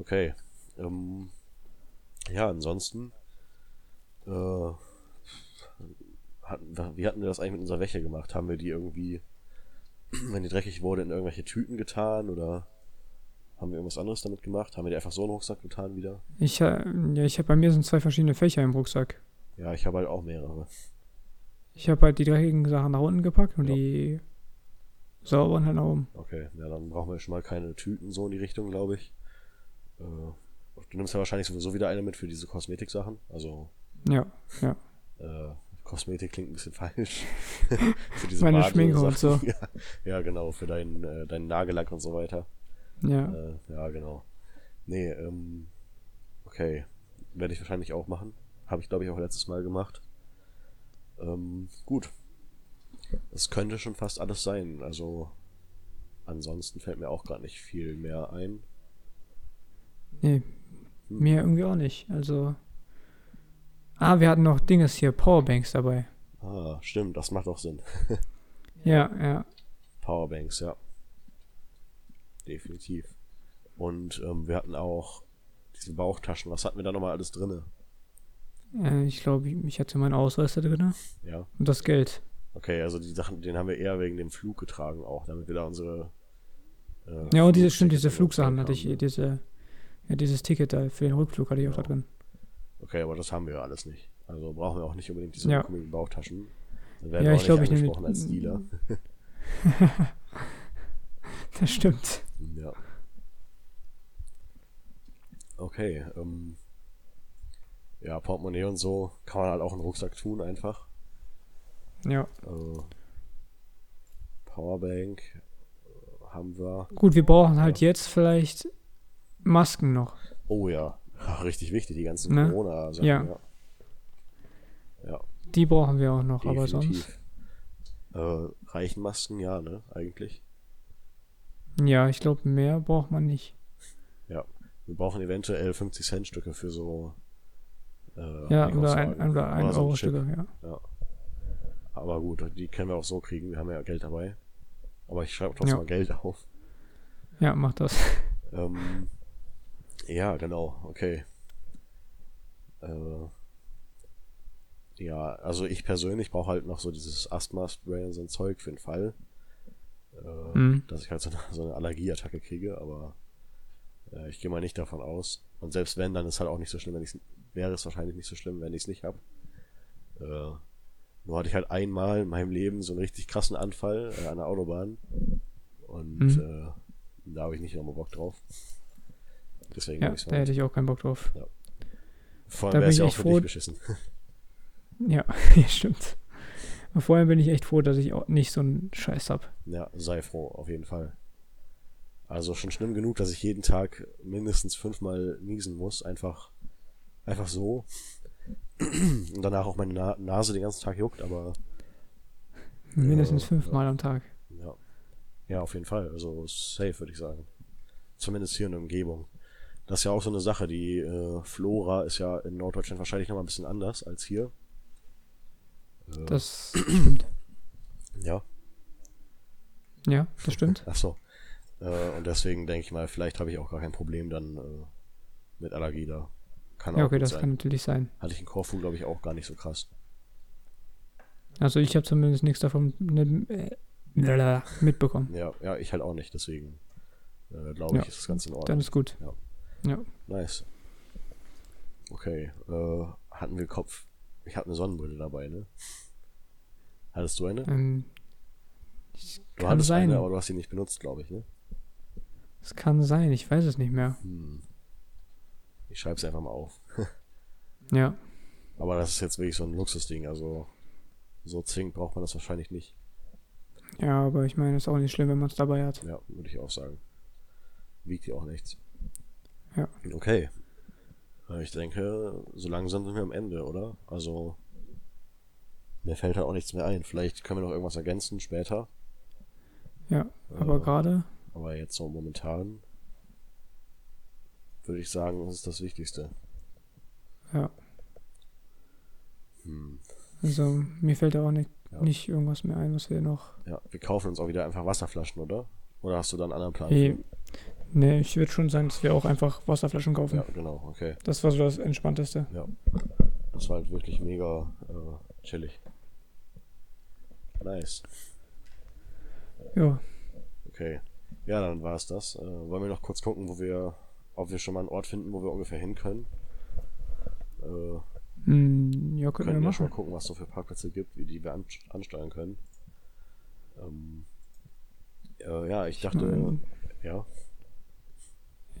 Okay. Ähm, ja, ansonsten. Äh, hatten, wir- wie hatten wir das eigentlich mit unserer Wäsche gemacht? Haben wir die irgendwie, wenn die dreckig wurde, in irgendwelche Tüten getan oder haben wir irgendwas anderes damit gemacht? Haben wir die einfach so in den Rucksack getan wieder?
Ich, äh, ja, ich habe bei mir sind zwei verschiedene Fächer im Rucksack.
Ja, ich habe halt auch mehrere.
Ich habe halt die dreckigen Sachen nach unten gepackt und
Ja.
die sauberen halt nach oben.
Okay, ja, dann brauchen wir schon mal keine Tüten so in die Richtung, glaube ich. Äh, du nimmst ja wahrscheinlich sowieso wieder eine mit für diese Kosmetiksachen. Also,
Ja, ja.
äh, Kosmetik klingt ein bisschen falsch. für diese
Meine
Badesachen.
Schminke und so.
Ja, ja, genau, für deinen, äh, deinen Nagellack und so weiter.
Ja.
Äh, ja, genau. Nee, ähm, okay. Werde ich wahrscheinlich auch machen. Habe ich, glaube ich, auch letztes Mal gemacht. Ähm, gut. Es könnte schon fast alles sein. Also, ansonsten fällt mir auch gerade nicht viel mehr ein.
Nee, mir irgendwie auch nicht. Also. Ah, wir hatten noch Dinges hier, Powerbanks dabei.
Ah, stimmt, das macht auch Sinn.
Ja, ja.
Powerbanks, ja. Definitiv. Und ähm, wir hatten auch diese Bauchtaschen. Was hatten wir da nochmal alles drinne?
Äh, ich glaube, ich, ich hatte meinen Ausweis da drin
Ja.
und das Geld.
Okay, also die Sachen, den haben wir eher wegen dem Flug getragen auch, damit wir da unsere. äh,
Ja, und diese,
Flugtickets
stimmt, diese Flugsachen
und
hatte
so
ich, diese, ja, dieses Ticket da für den Rückflug hatte ich auch da drin.
haben. Okay, aber das haben wir ja alles nicht. Also brauchen wir auch nicht unbedingt diese
Ja.
komischen Bauchtaschen. Dann werden
Ja,
wir
ich
auch
glaub,
nicht
ich nehme die-
angesprochen als Dealer.
Das stimmt.
Ja. Okay, ähm. Ja, Portemonnaie und so kann man halt auch einen Rucksack tun einfach.
Ja.
Äh, Powerbank äh, haben wir.
Gut, wir brauchen halt jetzt vielleicht Masken noch.
Oh ja, richtig wichtig, die ganzen
Ne?
Corona-Sachen.
Ja.
ja. Ja,
Die brauchen wir auch noch, aber sonst.
definitiv. Äh, reichen Masken, ja, ne, eigentlich.
Ja, ich glaube, mehr braucht man nicht.
Ja. Wir brauchen eventuell 50 Cent Stücke für so. Äh,
Ja, oder
Einkaufswagen.
ein, ein, oder ein
Oder so ein
Euro
Chip.
Stücke, ja.
Aber gut, die können wir auch so kriegen. Wir haben ja Geld dabei. Aber ich schreibe trotzdem
Ja.
mal Geld auf.
Ja, mach das.
Ähm, ja, genau, okay. Äh, ja, also ich persönlich brauche halt noch so dieses Asthma-Spray und so ein Zeug für den Fall, äh,
Mhm.
dass ich halt so eine, so eine Allergieattacke kriege, aber äh, ich gehe mal nicht davon aus. Und selbst wenn, dann ist halt auch nicht so schlimm, wenn ich's, wäre es wahrscheinlich nicht so schlimm, wenn ich es nicht habe. Äh, nur hatte ich halt einmal in meinem Leben so einen richtig krassen Anfall äh, an der Autobahn. Und
Mhm.
äh, da habe ich nicht nochmal Bock drauf. Deswegen
Ja,
hab ich's
da hätte ich auch keinen Bock drauf.
Vor
da
allem wäre
bin
es
ich
ja auch
echt
für
froh-
dich beschissen.
Ja, stimmt. Und vor allem bin ich echt froh, dass ich auch nicht so einen Scheiß hab.
Ja, sei froh, auf jeden Fall. Also schon schlimm genug, dass ich jeden Tag mindestens fünfmal niesen muss, einfach, einfach so. Und danach auch meine Na Nase den ganzen Tag juckt, aber
Mindestens
Ja,
fünfmal am Tag.
ja. Ja, auf jeden Fall. Also safe, würde ich sagen. Zumindest hier in der Umgebung. Das ist ja auch so eine Sache. Die äh, Flora ist ja in Norddeutschland wahrscheinlich nochmal ein bisschen anders als hier. Äh,
Das stimmt.
ja.
Ja, das stimmt.
Ach so. Äh, und deswegen denke ich mal, vielleicht habe ich auch gar kein Problem dann äh, mit Allergie da. Kann auch
Ja, okay,
gut
das
Genau, sein.
kann natürlich sein.
Hatte ich in Korfu, glaube ich, auch gar nicht so krass.
Also ich habe zumindest nichts davon ne, äh, lalala, mitbekommen.
Ja, ja, ich halt auch nicht, deswegen äh, glaube ich,
Ja.
ist das Ganze in Ordnung.
Dann ist gut.
Ja.
Ja.
Nice. Okay, äh, hatten wir Kopf. Ich hatte eine Sonnenbrille dabei, ne? Hattest du eine?
Ähm, ich-
Du
kann
hattest
sein.
eine, aber du hast sie nicht benutzt, glaube ich, ne?
Es kann sein, ich weiß es nicht mehr.
Hm. Ich schreibe es einfach mal auf.
Ja.
Aber das ist jetzt wirklich so ein Luxusding, also so zwingend braucht man das wahrscheinlich nicht.
Ja, aber ich meine, ist auch nicht schlimm, wenn man es dabei hat.
Ja, würde ich auch sagen. Wiegt ja auch nichts.
Ja.
Okay. Äh, Ich denke, so langsam sind wir am Ende, oder? Also, mir fällt halt auch nichts mehr ein. Vielleicht können wir noch irgendwas ergänzen später.
Ja,
Äh,
aber gerade,
Aber jetzt so momentan würde ich sagen, das ist das Wichtigste.
ja.
Hm.
Also mir fällt da auch nicht,
Ja.
nicht irgendwas mehr ein, was wir noch...
Ja, wir kaufen uns auch wieder einfach Wasserflaschen, oder? Oder hast du da einen anderen Plan?
Eh, nee, ich würde schon sagen, dass wir auch einfach Wasserflaschen kaufen.
Ja, genau, okay.
Das war so das Entspannteste.
Das war halt wirklich mega äh, chillig. Nice.
Ja,
Okay. Ja, dann war es das. Äh, wollen wir noch kurz gucken, wo wir, ob wir schon mal einen Ort finden, wo wir ungefähr hin können. Äh,
hm, ja könnten wir
können ja schon
machen.
mal gucken, was es so für Parkplätze gibt, wie die wir an ansteuern können. Ähm, Äh, ja, ich dachte,
mein-
ja.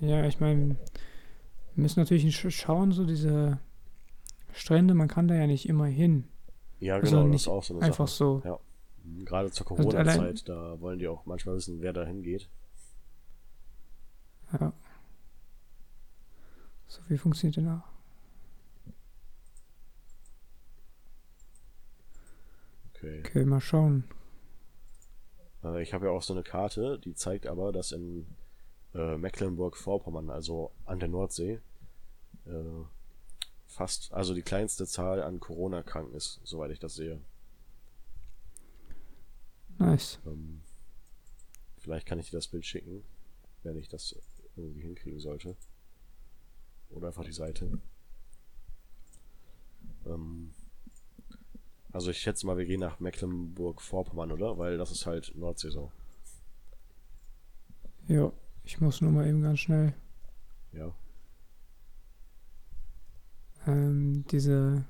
Ja, ich meine, wir müssen natürlich sch- schauen, so diese Strände, man kann da ja nicht immer hin.
Ja,
Also
genau, das
nicht
ist auch so eine
Einfach
Sache.
so.
Ja. Mhm, Gerade zur
Also allein-
Corona-Zeit, da wollen die auch manchmal wissen, wer da hingeht.
Ja. So, wie funktioniert denn auch?
Okay.
Okay, mal schauen.
Äh, ich habe ja auch so eine Karte, die zeigt aber, dass in äh, Mecklenburg-Vorpommern, also an der Nordsee, äh, fast, also die kleinste Zahl an Corona-Kranken ist, soweit ich das sehe.
Nice.
Ähm, vielleicht kann ich dir das Bild schicken, wenn ich das irgendwie hinkriegen sollte. Oder einfach die Seite. Ähm, also ich schätze mal, wir gehen nach Mecklenburg-Vorpommern, oder? Weil das ist halt Nordsee so.
Ja, ich muss nur mal eben ganz schnell
Ja.
ähm, diese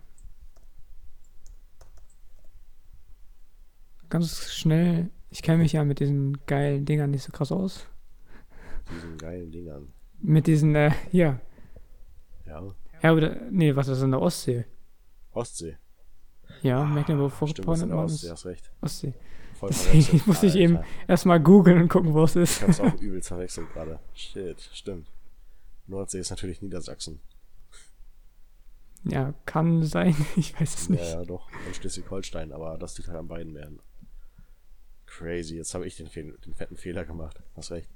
ganz schnell. Ich kenne mich ja mit diesen geilen Dingern nicht so krass aus.
Diesen geilen Dingern.
Mit diesen, äh, ja.
Ja.
Ja, oder, nee, was ist in der Ostsee?
Ostsee.
Ja,
Ah, Stimmt, das ist in
Mecklenburg-Vorpommern
der
ist
Ostsee, hast recht.
Ostsee.
Voll
Deswegen muss ich
Alter.
eben erstmal googeln und gucken, wo es ist.
Ich hab's auch übel verwechselt gerade. Shit, stimmt. Nordsee ist natürlich Niedersachsen.
Ja, kann sein, ich weiß es
Ja,
nicht.
ja, doch. Und Schleswig-Holstein, aber das liegt halt an beiden Meeren. Crazy, jetzt habe ich den, Fehl den fetten Fehler gemacht. Hast recht.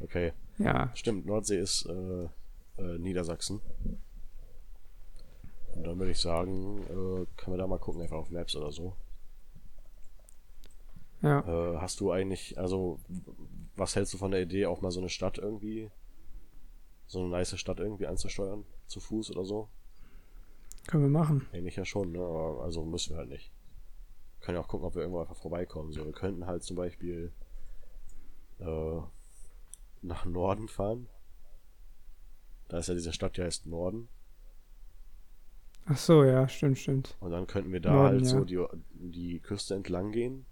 Okay,
Ja,
stimmt, Nordsee ist äh, äh, Niedersachsen. Und dann würde ich sagen, äh, können wir da mal gucken, einfach auf Maps oder so.
ja.
Äh, hast du eigentlich, also, w- was hältst du von der Idee, auch mal so eine Stadt irgendwie, so eine nice Stadt irgendwie anzusteuern? Zu Fuß oder so?
Können wir machen.
Eigentlich ja schon, ne? Aber also müssen wir halt nicht. Können ja auch gucken, ob wir irgendwo einfach vorbeikommen. So, wir könnten halt zum Beispiel äh, nach Norden fahren. Da ist ja diese Stadt, die heißt Norden.
Ach so, ja, stimmt, stimmt.
Und dann könnten wir da
Norden,
halt
ja.
so die, die Küste entlang gehen.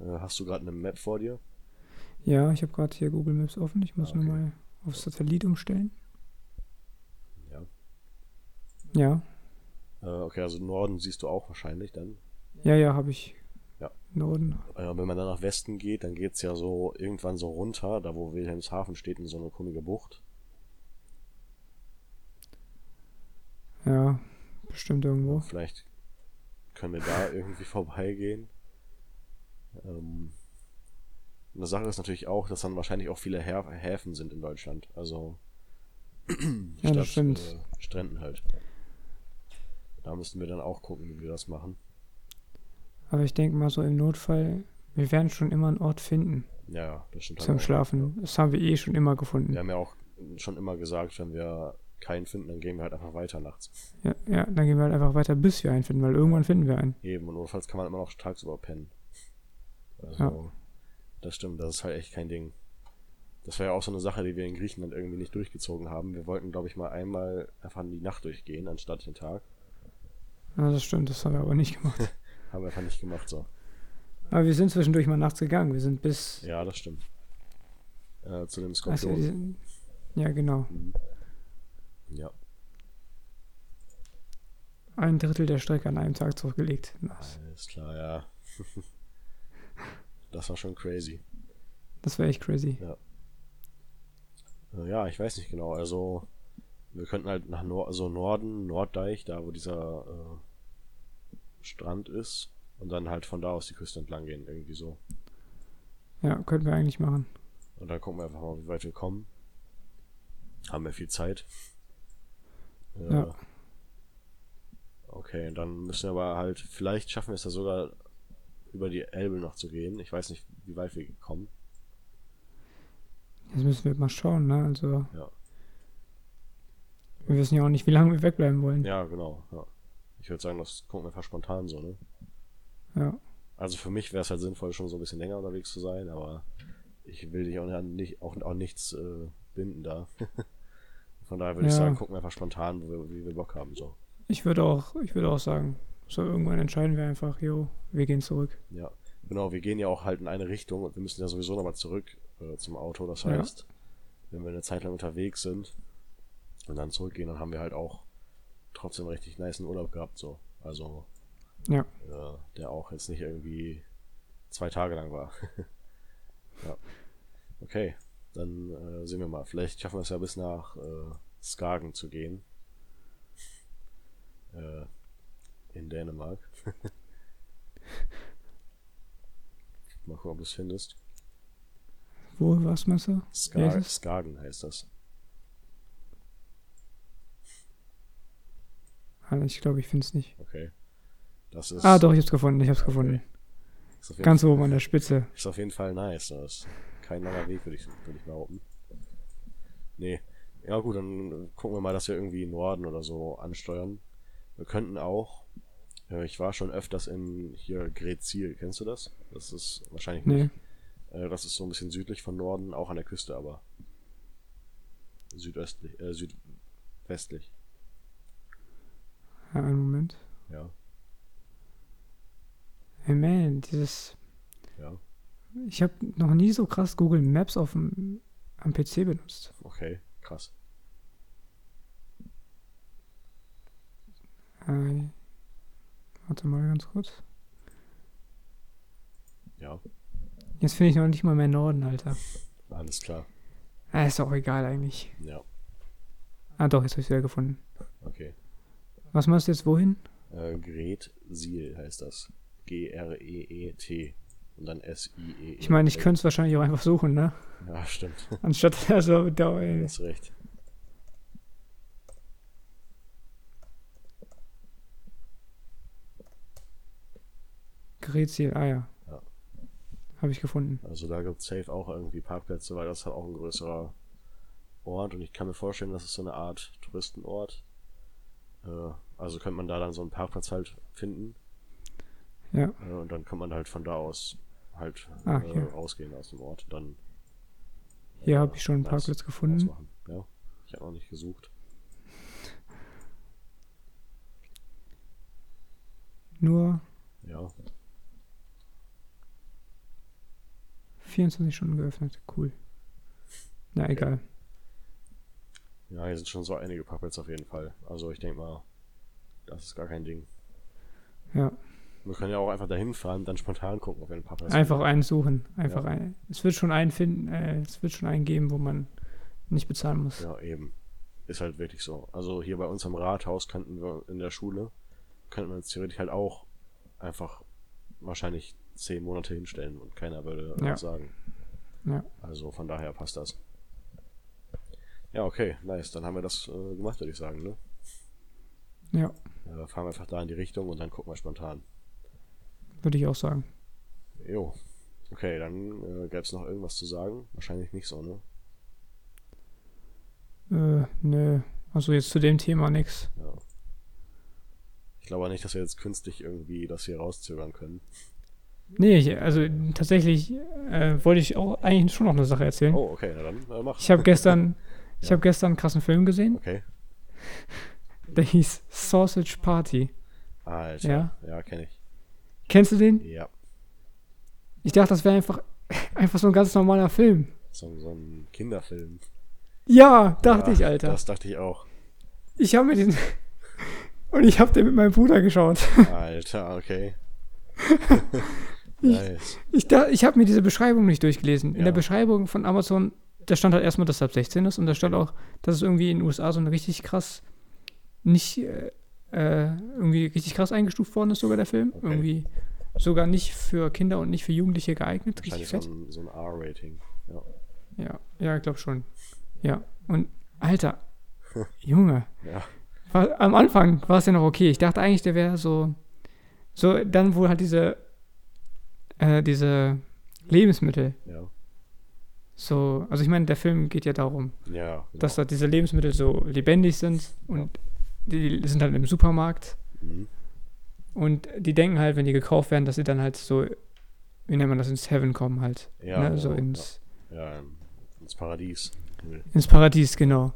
Äh, hast du gerade eine Map vor dir?
Ja, ich habe gerade hier Google Maps offen. Ich muss
Ah, okay.
nur mal auf Satellit umstellen.
Ja.
Ja,
Äh, okay, also Norden siehst du auch wahrscheinlich dann.
ja, ja, habe ich.
Ja.
Norden.
Äh, wenn man dann nach Westen geht, dann geht's ja so irgendwann so runter, da wo Wilhelmshaven steht, in so eine komische Bucht.
Ja, bestimmt irgendwo.
Vielleicht können wir da irgendwie vorbeigehen. Ähm, eine Sache ist natürlich auch, dass dann wahrscheinlich auch viele Hä- Häfen sind in Deutschland. Also
Ja, das stimmt.
Äh, Stränden halt. Da müssten wir dann auch gucken, wie wir das machen.
Aber ich denke mal so im Notfall, wir werden schon immer einen Ort finden
Ja, Ja, das stimmt.
zum
auch.
Schlafen. Das haben wir eh schon immer gefunden.
Wir
Ja,
haben ja auch schon immer gesagt, wenn wir keinen finden, dann gehen wir halt einfach weiter nachts.
ja, dann gehen wir halt einfach weiter, bis wir einen finden, weil irgendwann finden wir einen.
Eben, und notfalls kann man immer noch tagsüber pennen. Also, das stimmt, das ist halt echt kein Ding. Das war ja auch so eine Sache, die wir in Griechenland irgendwie nicht durchgezogen haben. Wir wollten, glaube ich, mal einmal einfach die Nacht durchgehen, anstatt den Tag.
Ja, das stimmt, das haben wir aber nicht gemacht.
Haben wir einfach nicht gemacht, so.
aber wir sind zwischendurch mal nachts gegangen. Wir sind bis.
Ja, das stimmt. Äh, zu dem
also
Skorpion.
wir sind- ja, genau.
ja.
Ein Drittel der Strecke an einem Tag zurückgelegt. Nice.
Alles klar, ja. das war schon crazy.
Das wäre echt crazy.
Äh, ja, ich weiß nicht genau. Also, wir könnten halt nach Nor also Norden, Norddeich, da wo dieser äh, Strand ist. Und dann halt von da aus die Küste entlang gehen, irgendwie so.
Ja, könnten wir eigentlich machen.
Und dann gucken wir einfach mal, wie weit wir kommen. Haben wir viel Zeit. Äh,
Ja.
Okay, dann müssen wir aber halt, vielleicht schaffen wir es ja sogar über die Elbe noch zu gehen. Ich weiß nicht, wie weit wir kommen.
Jetzt müssen wir mal schauen, ne? Also.
Ja.
Wir wissen ja auch nicht, wie lange wir wegbleiben wollen.
Ja, genau. Ja. Ich würde sagen, das gucken wir einfach spontan so, ne?
Ja.
Also für mich wäre es halt sinnvoll, schon so ein bisschen länger unterwegs zu sein, aber ich will dich auch an nicht, auch, auch nichts äh, binden da. Von daher würde ich
Ja.
sagen, gucken wir einfach spontan, wo wir, wie wir Bock haben, so.
Ich würde auch, ich würde auch sagen, so irgendwann entscheiden wir einfach, jo, wir gehen zurück.
Ja. Genau, wir gehen ja auch halt in eine Richtung und wir müssen ja sowieso nochmal zurück äh, zum Auto. Das
Ja.
heißt, wenn wir eine Zeit lang unterwegs sind und dann zurückgehen, dann haben wir halt auch trotzdem richtig nice Urlaub gehabt. So. Also,
Ja.
äh, der auch jetzt nicht irgendwie zwei Tage lang war. ja. Okay, dann äh, sehen wir mal. Vielleicht schaffen wir es ja bis nach äh, Skagen zu gehen. Äh, in Dänemark. mal gucken, ob du es findest.
Wo, was meinst du? Wer ist
Ska
es?
Skagen heißt das.
Ah, Ich glaube, ich finde es nicht.
Okay. Das ist,
Ah, doch, ich hab's gefunden, ich hab's
Okay.
gefunden.
ist, auf jeden,
Ganz oben an der Spitze.
ist auf jeden Fall nice. Das ist kein langer Weg, würde ich, würde ich behaupten. Nee. Ja gut, dann gucken wir mal, dass wir irgendwie im Norden oder so ansteuern. Wir könnten auch. äh, Ich war schon öfters in hier Grezil, kennst du das? Das ist wahrscheinlich nicht.
Nee.
Äh, Das ist so ein bisschen südlich von Norden, auch an der Küste, aber südöstlich, äh, südwestlich,
Ja, einen Moment.
ja,
Hey man, dieses.
ja,
Ich habe noch nie so krass Google Maps auf dem am PC benutzt.
okay, krass.
Äh, warte mal ganz kurz.
Ja,
Jetzt finde ich noch nicht mal mehr Norden, Alter.
alles klar.
Ah, ist auch egal eigentlich.
Ja,
Ah, doch, jetzt habe ich wieder gefunden.
okay.
Was machst du jetzt wohin?
Äh, Gretsil heißt das. G-R-E-E-T. E Und dann S-I-E. -E
Ich meine, ich könnte es wahrscheinlich auch einfach suchen, ne?
Ja, stimmt.
Anstatt also da,
Du
äh,
hast recht.
Greziel. Ah ja.
Ja.
Habe ich gefunden.
Also da gibt's safe auch irgendwie Parkplätze, weil das halt auch ein größerer Ort und ich kann mir vorstellen, das ist so eine Art Touristenort. Äh, also könnte man da dann so einen Parkplatz halt finden.
Ja.
Äh, und dann kann man halt von da aus halt
Ah,
äh,
hier.
rausgehen aus dem Ort. Dann
Hier habe ich schon einen
nice.
Parkplatz gefunden.
ausmachen. Ja. Ich habe noch nicht gesucht.
Nur
Ja.
24 Stunden geöffnet. Cool. Na egal.
Ja, hier sind schon so einige Parkplätze auf jeden Fall. Also ich denke mal, das ist gar kein Ding.
Ja.
Wir können ja auch einfach dahin fahren, dann spontan gucken, ob wir einen Parkplatz
Einfach
finden.
einen suchen. Einfach
Ja.
einen. Es wird schon einen finden, äh, es wird schon einen geben, wo man nicht bezahlen muss.
Ja, eben. Ist halt wirklich so. Also hier bei uns am Rathaus könnten wir in der Schule, könnten wir uns theoretisch halt auch einfach wahrscheinlich zehn Monate hinstellen und keiner würde
Ja.
was sagen.
Ja.
Also von daher passt das. Ja, okay, nice. Dann haben wir das äh, gemacht, würde ich sagen, ne?
Ja,
Äh, fahren wir einfach da in die Richtung und dann gucken wir spontan.
würde ich auch sagen.
Jo. Okay, dann äh, gäbe es noch irgendwas zu sagen? Wahrscheinlich nicht so, ne?
Äh, nö. Also jetzt zu dem Thema nix.
Ja. Ich glaube nicht, dass wir jetzt künstlich irgendwie das hier rauszögern können.
Nee, ich, also tatsächlich äh, wollte ich auch eigentlich schon noch eine Sache erzählen.
Oh, okay, na dann äh, mach.
Ich habe gestern, ich
Ja.
habe gestern einen krassen Film gesehen,
Okay.
der hieß Sausage Party.
Alter. Ja,
Ja.
ja kenne ich.
Kennst du den?
Ja.
Ich dachte, das wäre einfach, einfach so ein ganz normaler Film.
So, so ein Kinderfilm.
Ja, dachte
ja,
ich, Alter.
Das dachte ich auch.
Ich habe mir den und ich habe den mit meinem Bruder geschaut.
Alter, okay. nice.
Ich, da- ich habe mir diese Beschreibung nicht durchgelesen.
Ja.
In der Beschreibung von Amazon, da stand halt erstmal, dass es ab 16 ist und da stand auch, dass es irgendwie in den USA so ein richtig krass, nicht, äh, äh, irgendwie richtig krass eingestuft worden ist, sogar der Film.
Okay.
Irgendwie sogar nicht für Kinder und nicht für Jugendliche geeignet. Richtig
Wahrscheinlich
fett.
so ein, so ein R-Rating. Ja.
Ja, ja, ich glaube schon. Ja, und Alter, Junge.
Hm. Ja.
War, am Anfang war es ja noch okay. Ich dachte eigentlich, der wäre so. So, dann wohl halt diese. Äh, diese Lebensmittel.
Ja.
So, also ich meine, der Film geht ja darum,
Ja. Genau.
dass da diese Lebensmittel so lebendig sind und die sind halt im Supermarkt
mhm.
und die denken halt, wenn die gekauft werden, dass sie dann halt so, wie nennt man das, ins Heaven kommen halt.
Ja,
ne? So
genau,
ins,
ja ähm, ins Paradies. Himmel.
Ins Paradies, genau.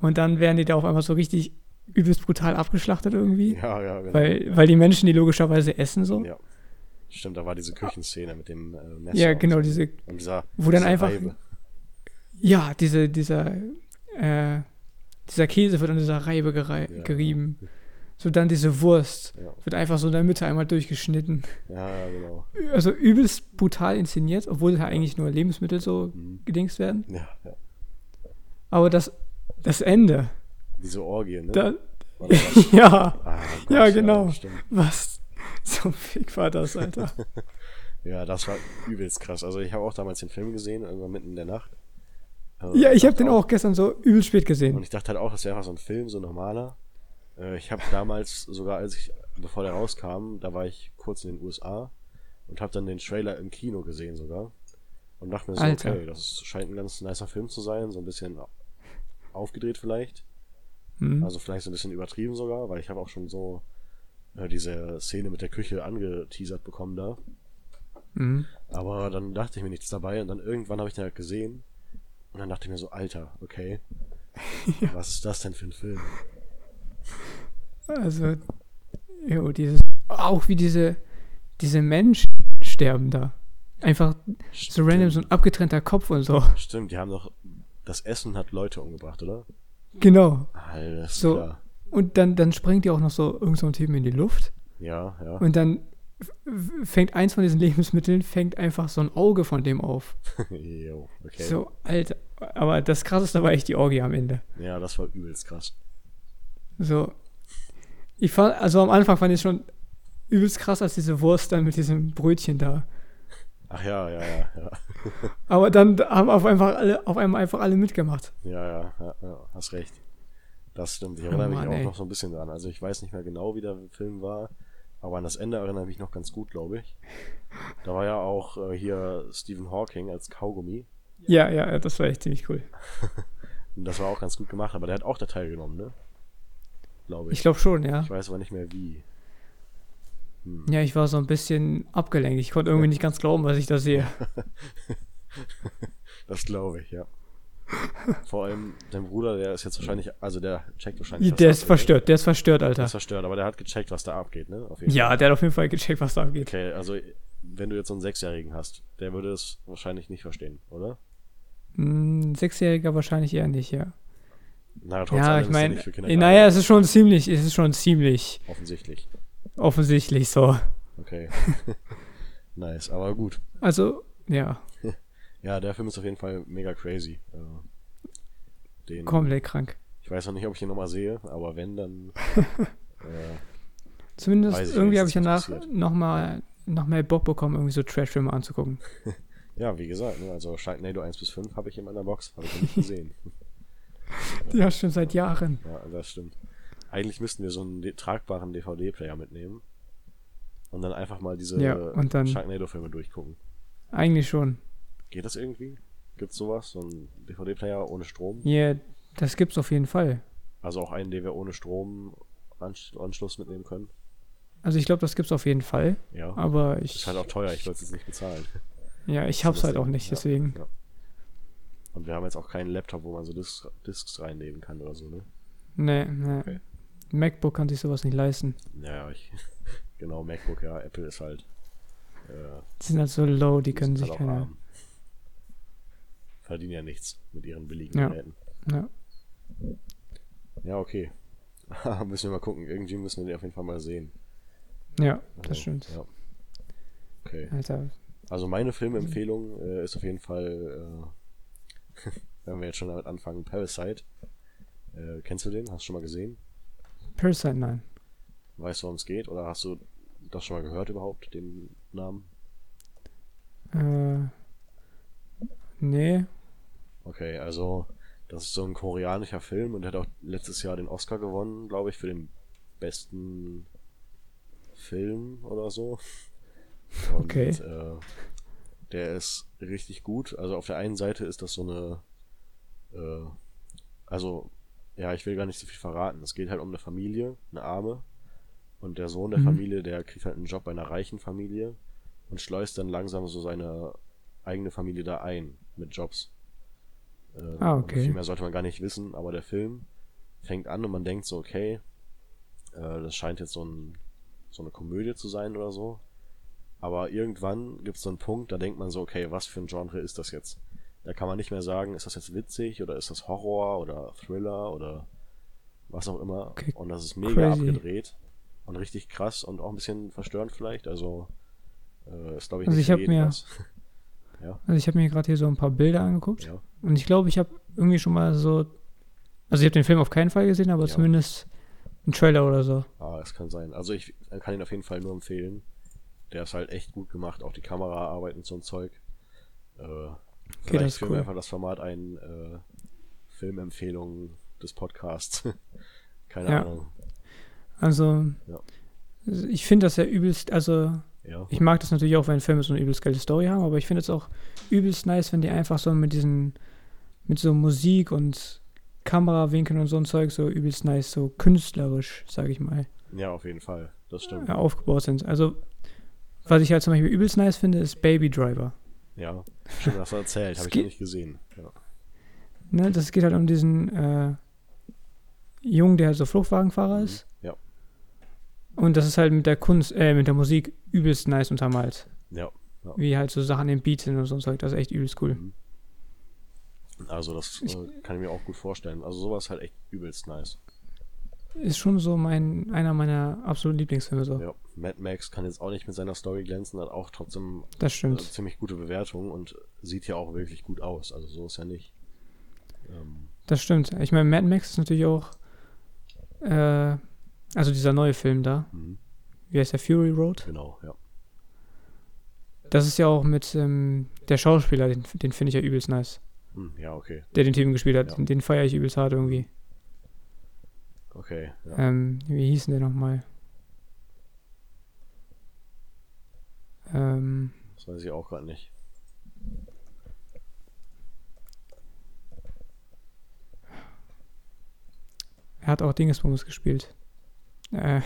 Und dann werden die da auf einmal so richtig übelst brutal abgeschlachtet irgendwie.
Ja, ja, genau.
Weil, weil die Menschen die logischerweise essen so.
ja. Stimmt, da war diese Küchenszene mit dem äh, Messer.
Ja,
und
genau,
so.
diese.
Und dieser,
Wo dann
diese
einfach.
Reibe.
Ja, diese, dieser. Äh, dieser Käse wird an dieser Reibe gerei
Ja. genau.
gerieben. So dann diese Wurst.
Ja.
Wird einfach so in der Mitte einmal durchgeschnitten.
Ja, genau.
Also übelst brutal inszeniert, obwohl ja eigentlich nur Lebensmittel so
Mhm.
gedingst werden.
Ja, ja.
Aber das, das Ende,
Diese Orgie, ne?
da,
War das was?
ja,
Ah, Gott,
Ja, genau.
stimmt.
was zum Fick war das, Alter?
Ja, das war übelst krass. Also ich habe auch damals den Film gesehen, irgendwann mitten in der Nacht. Äh,
ja, ich habe
dachte
den auch gestern so übel spät
Und
gesehen.
ich dachte halt auch, das wäre einfach so ein Film, so ein normaler. Äh, ich habe damals, sogar als ich, bevor der rauskam, da war ich kurz in den USA und habe dann den Trailer im Kino gesehen sogar. Und dachte mir so,
Alter.
okay, das scheint ein ganz nicer Film zu sein, so ein bisschen aufgedreht vielleicht.
Hm.
Also vielleicht so ein bisschen übertrieben sogar, weil ich habe auch schon so äh, diese Szene mit der Küche angeteasert bekommen da.
Hm.
Aber dann dachte ich mir nichts dabei und dann irgendwann habe ich den halt gesehen und dann dachte ich mir so, Alter, okay. Was ist das denn für ein Film?
Also, jo, dieses, auch wie diese, diese Menschen sterben da. Einfach so random, so ein abgetrennter Kopf und so.
Stimmt, die haben doch. Das Essen hat Leute umgebracht, oder?
Genau.
Alter,
So.
so. klar.
Und dann, dann springt ja auch noch so irgend so ein Typen in die Luft.
Ja, ja.
Und dann f- f- fängt eins von diesen Lebensmitteln, fängt einfach so ein Auge von dem auf.
jo, okay.
So, Alter. Aber das krasseste war echt die Orgie am Ende.
Ja, das war übelst krass.
So. Ich fand, also am Anfang fand ich schon übelst krass, als diese Wurst dann mit diesem Brötchen da.
Ach ja, ja, ja, ja.
Aber dann haben auf einmal alle, auf einmal einfach alle mitgemacht.
Ja, ja, ja, ja hast recht. Das stimmt. Ich erinnere
Oh
mich
Mann,
auch
ey.
noch so ein bisschen dran. Also ich weiß nicht mehr genau, wie der Film war, aber an das Ende erinnere ich mich noch ganz gut, glaube ich. Da war ja auch äh, hier Stephen Hawking als Kaugummi.
Ja, ja, ja, das war echt ziemlich cool.
Und das war auch ganz gut gemacht, aber der hat auch da teilgenommen, ne? Glaube ich.
Ich glaube schon, ja.
Ich weiß aber nicht mehr wie.
Ja, ich war so ein bisschen abgelenkt. Ich konnte irgendwie nicht ganz glauben, was ich da sehe.
Das glaube ich, ja. Vor allem dein Bruder, der ist jetzt wahrscheinlich, also der checkt wahrscheinlich. was
Der
da
ist
abgeht, ne?
verstört, der ist verstört,
Der
Alter.
ist verstört, aber der hat gecheckt, was da abgeht, ne? Auf jeden
Ja, der hat auf jeden Fall gecheckt, was da abgeht.
Fall. Okay, also wenn du jetzt so einen Sechsjährigen hast, der würde es wahrscheinlich nicht verstehen, oder?
Hm, Sechsjähriger wahrscheinlich eher nicht, ja.
Naja, trotz
Ja,
allem
ich
ist er
meine,
nicht für Kinder
äh, naja, es ist schon ziemlich, es ist schon ziemlich
geeignet, offensichtlich.
offensichtlich so.
Okay. nice, aber gut.
Also, ja,
Ja, der Film ist auf jeden Fall mega crazy. Äh, Den,
komplett krank.
Ich weiß noch nicht, ob ich ihn nochmal sehe, aber wenn, dann. äh,
Zumindest
Weiß ich
irgendwie
nicht,
habe ich
was
danach
passiert.
nochmal noch mehr Bock bekommen, irgendwie so Trash-Filme anzugucken.
ja, wie gesagt, ne, also Sharknado 1 bis 5 habe ich in meiner Box, habe ich noch nicht gesehen.
Ja, schon seit Jahren.
Ja, das stimmt. Eigentlich müssten wir so einen de- tragbaren DVD-Player mitnehmen und dann einfach mal diese
Ja, und dann-
Sharknado-Filme durchgucken.
Eigentlich schon.
Geht das irgendwie? Gibt's sowas? So einen DVD-Player ohne Strom?
Ja, das gibt's auf jeden Fall.
Also auch einen, den wir ohne Strom Ansch Anschluss mitnehmen können?
Also ich glaube, das gibt's auf jeden Fall.
Ja.
Aber
Ist
ich,
halt auch teuer, ich würde es jetzt nicht bezahlen. Also
ja, ich hab's halt auch nicht,
Ja,
deswegen.
ja. Und wir haben jetzt auch keinen Laptop, wo man so Dis Discs reinlegen kann oder so, ne?
Nee, nee.
Okay.
MacBook kann sich sowas nicht leisten.
Naja, ich. genau, MacBook, ja. Apple ist halt. Äh,
Die sind halt so low, die
Die
können
sind
sich
halt auch
keine.
arm. Verdienen ja nichts mit ihren billigen
Ja.
Geräten.
Ja.
Ja, okay. müssen wir mal gucken. Irgendwie müssen wir den auf jeden Fall mal sehen.
Ja,
Also,
das stimmt.
Ja. Okay.
Alter.
Also meine Filmempfehlung äh, ist auf jeden Fall, äh, wenn wir jetzt schon damit anfangen, Parasite. Äh, kennst du den? Hast du schon mal gesehen?
Parasite, nein.
Weißt du, worum es geht? Oder hast du das schon mal gehört überhaupt, den Namen?
Äh, nee.
Okay, also das ist so ein koreanischer Film und der hat auch letztes Jahr den Oscar gewonnen, glaube ich, für den besten Film oder so. Und,
Okay.
Äh, der ist richtig gut. Also auf der einen Seite ist das so eine, äh, also ja, ich will gar nicht so viel verraten. Es geht halt um eine Familie, eine Arme und der Sohn der
Mhm.
Familie, der kriegt halt einen Job bei einer reichen Familie und schleust dann langsam so seine eigene Familie da ein mit Jobs. Äh,
Ah,
und
okay.
Viel mehr sollte man gar nicht wissen, aber der Film fängt an und man denkt so, okay, äh, das scheint jetzt so, ein, so eine Komödie zu sein oder so. Aber irgendwann gibt es so einen Punkt, da denkt man so, okay, was für ein Genre ist das jetzt? Da kann man nicht mehr sagen, ist das jetzt witzig oder ist das Horror oder Thriller oder was auch immer.
Okay,
Und das ist mega
crazy.
abgedreht und richtig krass und auch ein bisschen verstörend vielleicht. Also äh, ist, glaube ich,
Also
nicht
ich
für
hab
jeden
mir-
was.
Also ich habe mir gerade hier so ein paar Bilder angeguckt
Ja.
und ich glaube, ich habe irgendwie schon mal so, also ich habe den Film auf keinen Fall gesehen, aber
Ja.
zumindest einen Trailer oder so.
Ah, es kann sein. Also ich kann ihn auf jeden Fall nur empfehlen. Der ist halt echt gut gemacht, auch die Kameraarbeit und so ein Zeug. Äh, vielleicht
das ist
führen wir
cool.
einfach das Format ein, äh, Filmempfehlungen des Podcasts. Keine
Ja.
Ahnung.
Also
Ja.
also ich finde das ja übelst, also
Ja.
ich mag das natürlich auch, wenn Filme so eine übelst geile Story haben, aber ich finde es auch übelst nice, wenn die einfach so mit diesen, mit so Musik und Kamerawinkeln und so ein Zeug so übelst nice, so künstlerisch, sage ich mal,
ja, auf jeden Fall. Das stimmt.
äh, aufgebaut sind. Also was ich halt zum Beispiel übelst nice finde, ist Baby Driver.
Ja. Stimmt, hast du erzählt. Habe ich noch
Es geht-
nicht gesehen. Ja.
Ne, das geht halt um diesen äh, Jungen, der halt so Fluchtwagenfahrer
Mhm.
ist.
Ja.
Und das ist halt mit der Kunst, äh, mit der Musik übelst nice untermalt.
Ja. Ja.
Wie halt so Sachen im Beat sind und so ein Zeug. Das ist echt übelst cool.
Mhm. Also das äh, kann ich mir auch gut vorstellen. Also sowas halt echt übelst nice.
Ist schon so mein, einer meiner absoluten Lieblingsfilme so.
Ja. Mad Max kann jetzt auch nicht mit seiner Story glänzen, hat auch trotzdem
Das
äh,
stimmt.
ziemlich gute Bewertung und sieht ja auch wirklich gut aus. Also so ist ja nicht. Ähm,
Das stimmt. Ich meine, Mad Max ist natürlich auch, äh, also dieser neue Film da.
mhm.
Wie heißt der? Fury Road?
Genau, ja.
Das ist ja auch mit ähm, der Schauspieler, den, den finde ich ja übelst nice.
Hm, ja, okay.
Der den Typen gespielt hat.
Ja.
Den, den feiere ich übelst hart irgendwie.
Okay. Ja.
Ähm, wie hieß denn der nochmal? Ähm,
Das weiß ich auch gerade nicht.
er hat auch Dingesbums gespielt. Äh,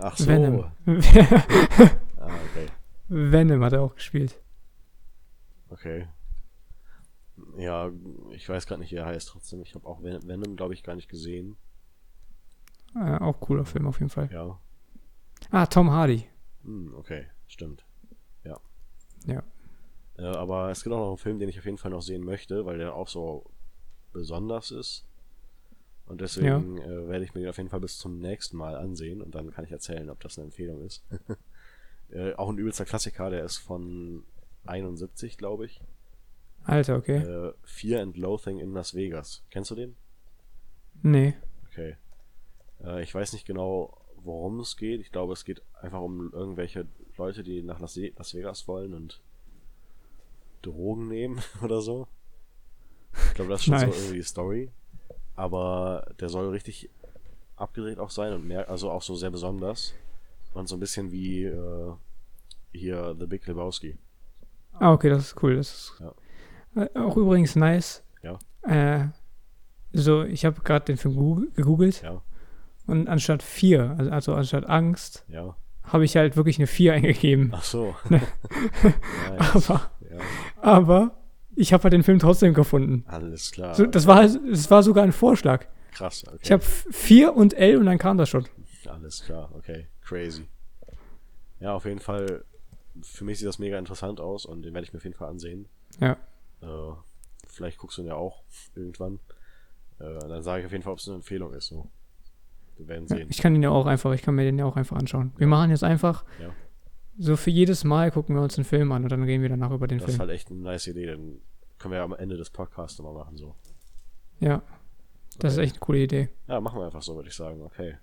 Ach so.
Venom.
Ah, okay.
Venom hat er auch gespielt.
Okay. Ja, ich weiß gerade nicht, wie er heißt trotzdem. Ich habe auch Ven- Venom, glaube ich, gar nicht gesehen.
Äh, auch cooler Film auf jeden Fall.
Ja.
Ah, Tom Hardy.
Hm, okay, stimmt. Ja.
Ja.
Äh, aber es gibt auch noch einen Film, den ich auf jeden Fall noch sehen möchte, weil der auch so besonders ist. Und deswegen äh, werde ich mir den auf jeden Fall bis zum nächsten Mal ansehen und dann kann ich erzählen, ob das eine Empfehlung ist. äh, auch ein übelster Klassiker, der ist von 71, glaube ich.
Alter, okay.
Äh, Fear and Loathing in Las Vegas. Kennst du den?
Nee.
Okay. Äh, ich weiß nicht genau, worum es geht. Ich glaube, es geht einfach um irgendwelche Leute, die nach Las, Las Vegas wollen und Drogen nehmen oder so. Ich glaube, das ist schon so
Nice.
irgendwie die Story. Aber der soll richtig abgedreht auch sein und mehr, also auch so sehr besonders. Und so ein bisschen wie äh, hier The Big Lebowski.
Ah, okay, das ist cool. Das ist äh, auch übrigens nice.
Ja.
Äh, so, ich habe gerade den Film gegoo- gegoogelt.
Ja.
Und anstatt 4, also, also anstatt Angst,
Ja.
habe ich halt wirklich eine 4 eingegeben.
Ach so. nice.
Aber,
Ja,
aber ich habe halt den Film trotzdem gefunden.
alles klar.
So, das, war, das war sogar ein Vorschlag.
Krass, okay.
Ich habe 4 und L und dann kam das schon.
Alles klar, okay. Crazy. Ja, auf jeden Fall. Für mich sieht das mega interessant aus und den werde ich mir auf jeden Fall ansehen.
Ja.
Äh, vielleicht guckst du ihn ja auch irgendwann. Äh, dann sage ich auf jeden Fall, ob es eine Empfehlung ist. So. Wir werden sehen.
Ich kann ihn ja auch einfach, ich kann mir den ja auch einfach anschauen. Wir machen jetzt einfach
Ja.
so für jedes Mal gucken wir uns einen Film an und dann reden wir danach über den
Das ist
Film.
halt echt eine nice Idee. Dann können wir ja am Ende des Podcasts nochmal machen. So.
ja. Das ist
Okay.
echt eine coole Idee.
Ja, machen wir einfach so, würde ich sagen. Okay.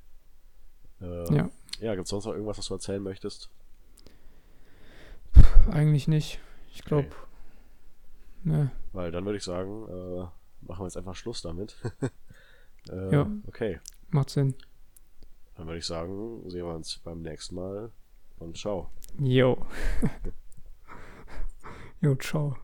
Äh,
Ja.
ja gibt es sonst noch irgendwas, was du erzählen möchtest?
Eigentlich nicht. Ich glaube.
Okay.
Ne.
Weil dann würde ich sagen, äh, machen wir jetzt einfach Schluss damit. äh,
Ja.
Okay.
Macht Sinn.
Dann würde ich sagen, sehen wir uns beim nächsten Mal und ciao.
Yo. jo, ciao.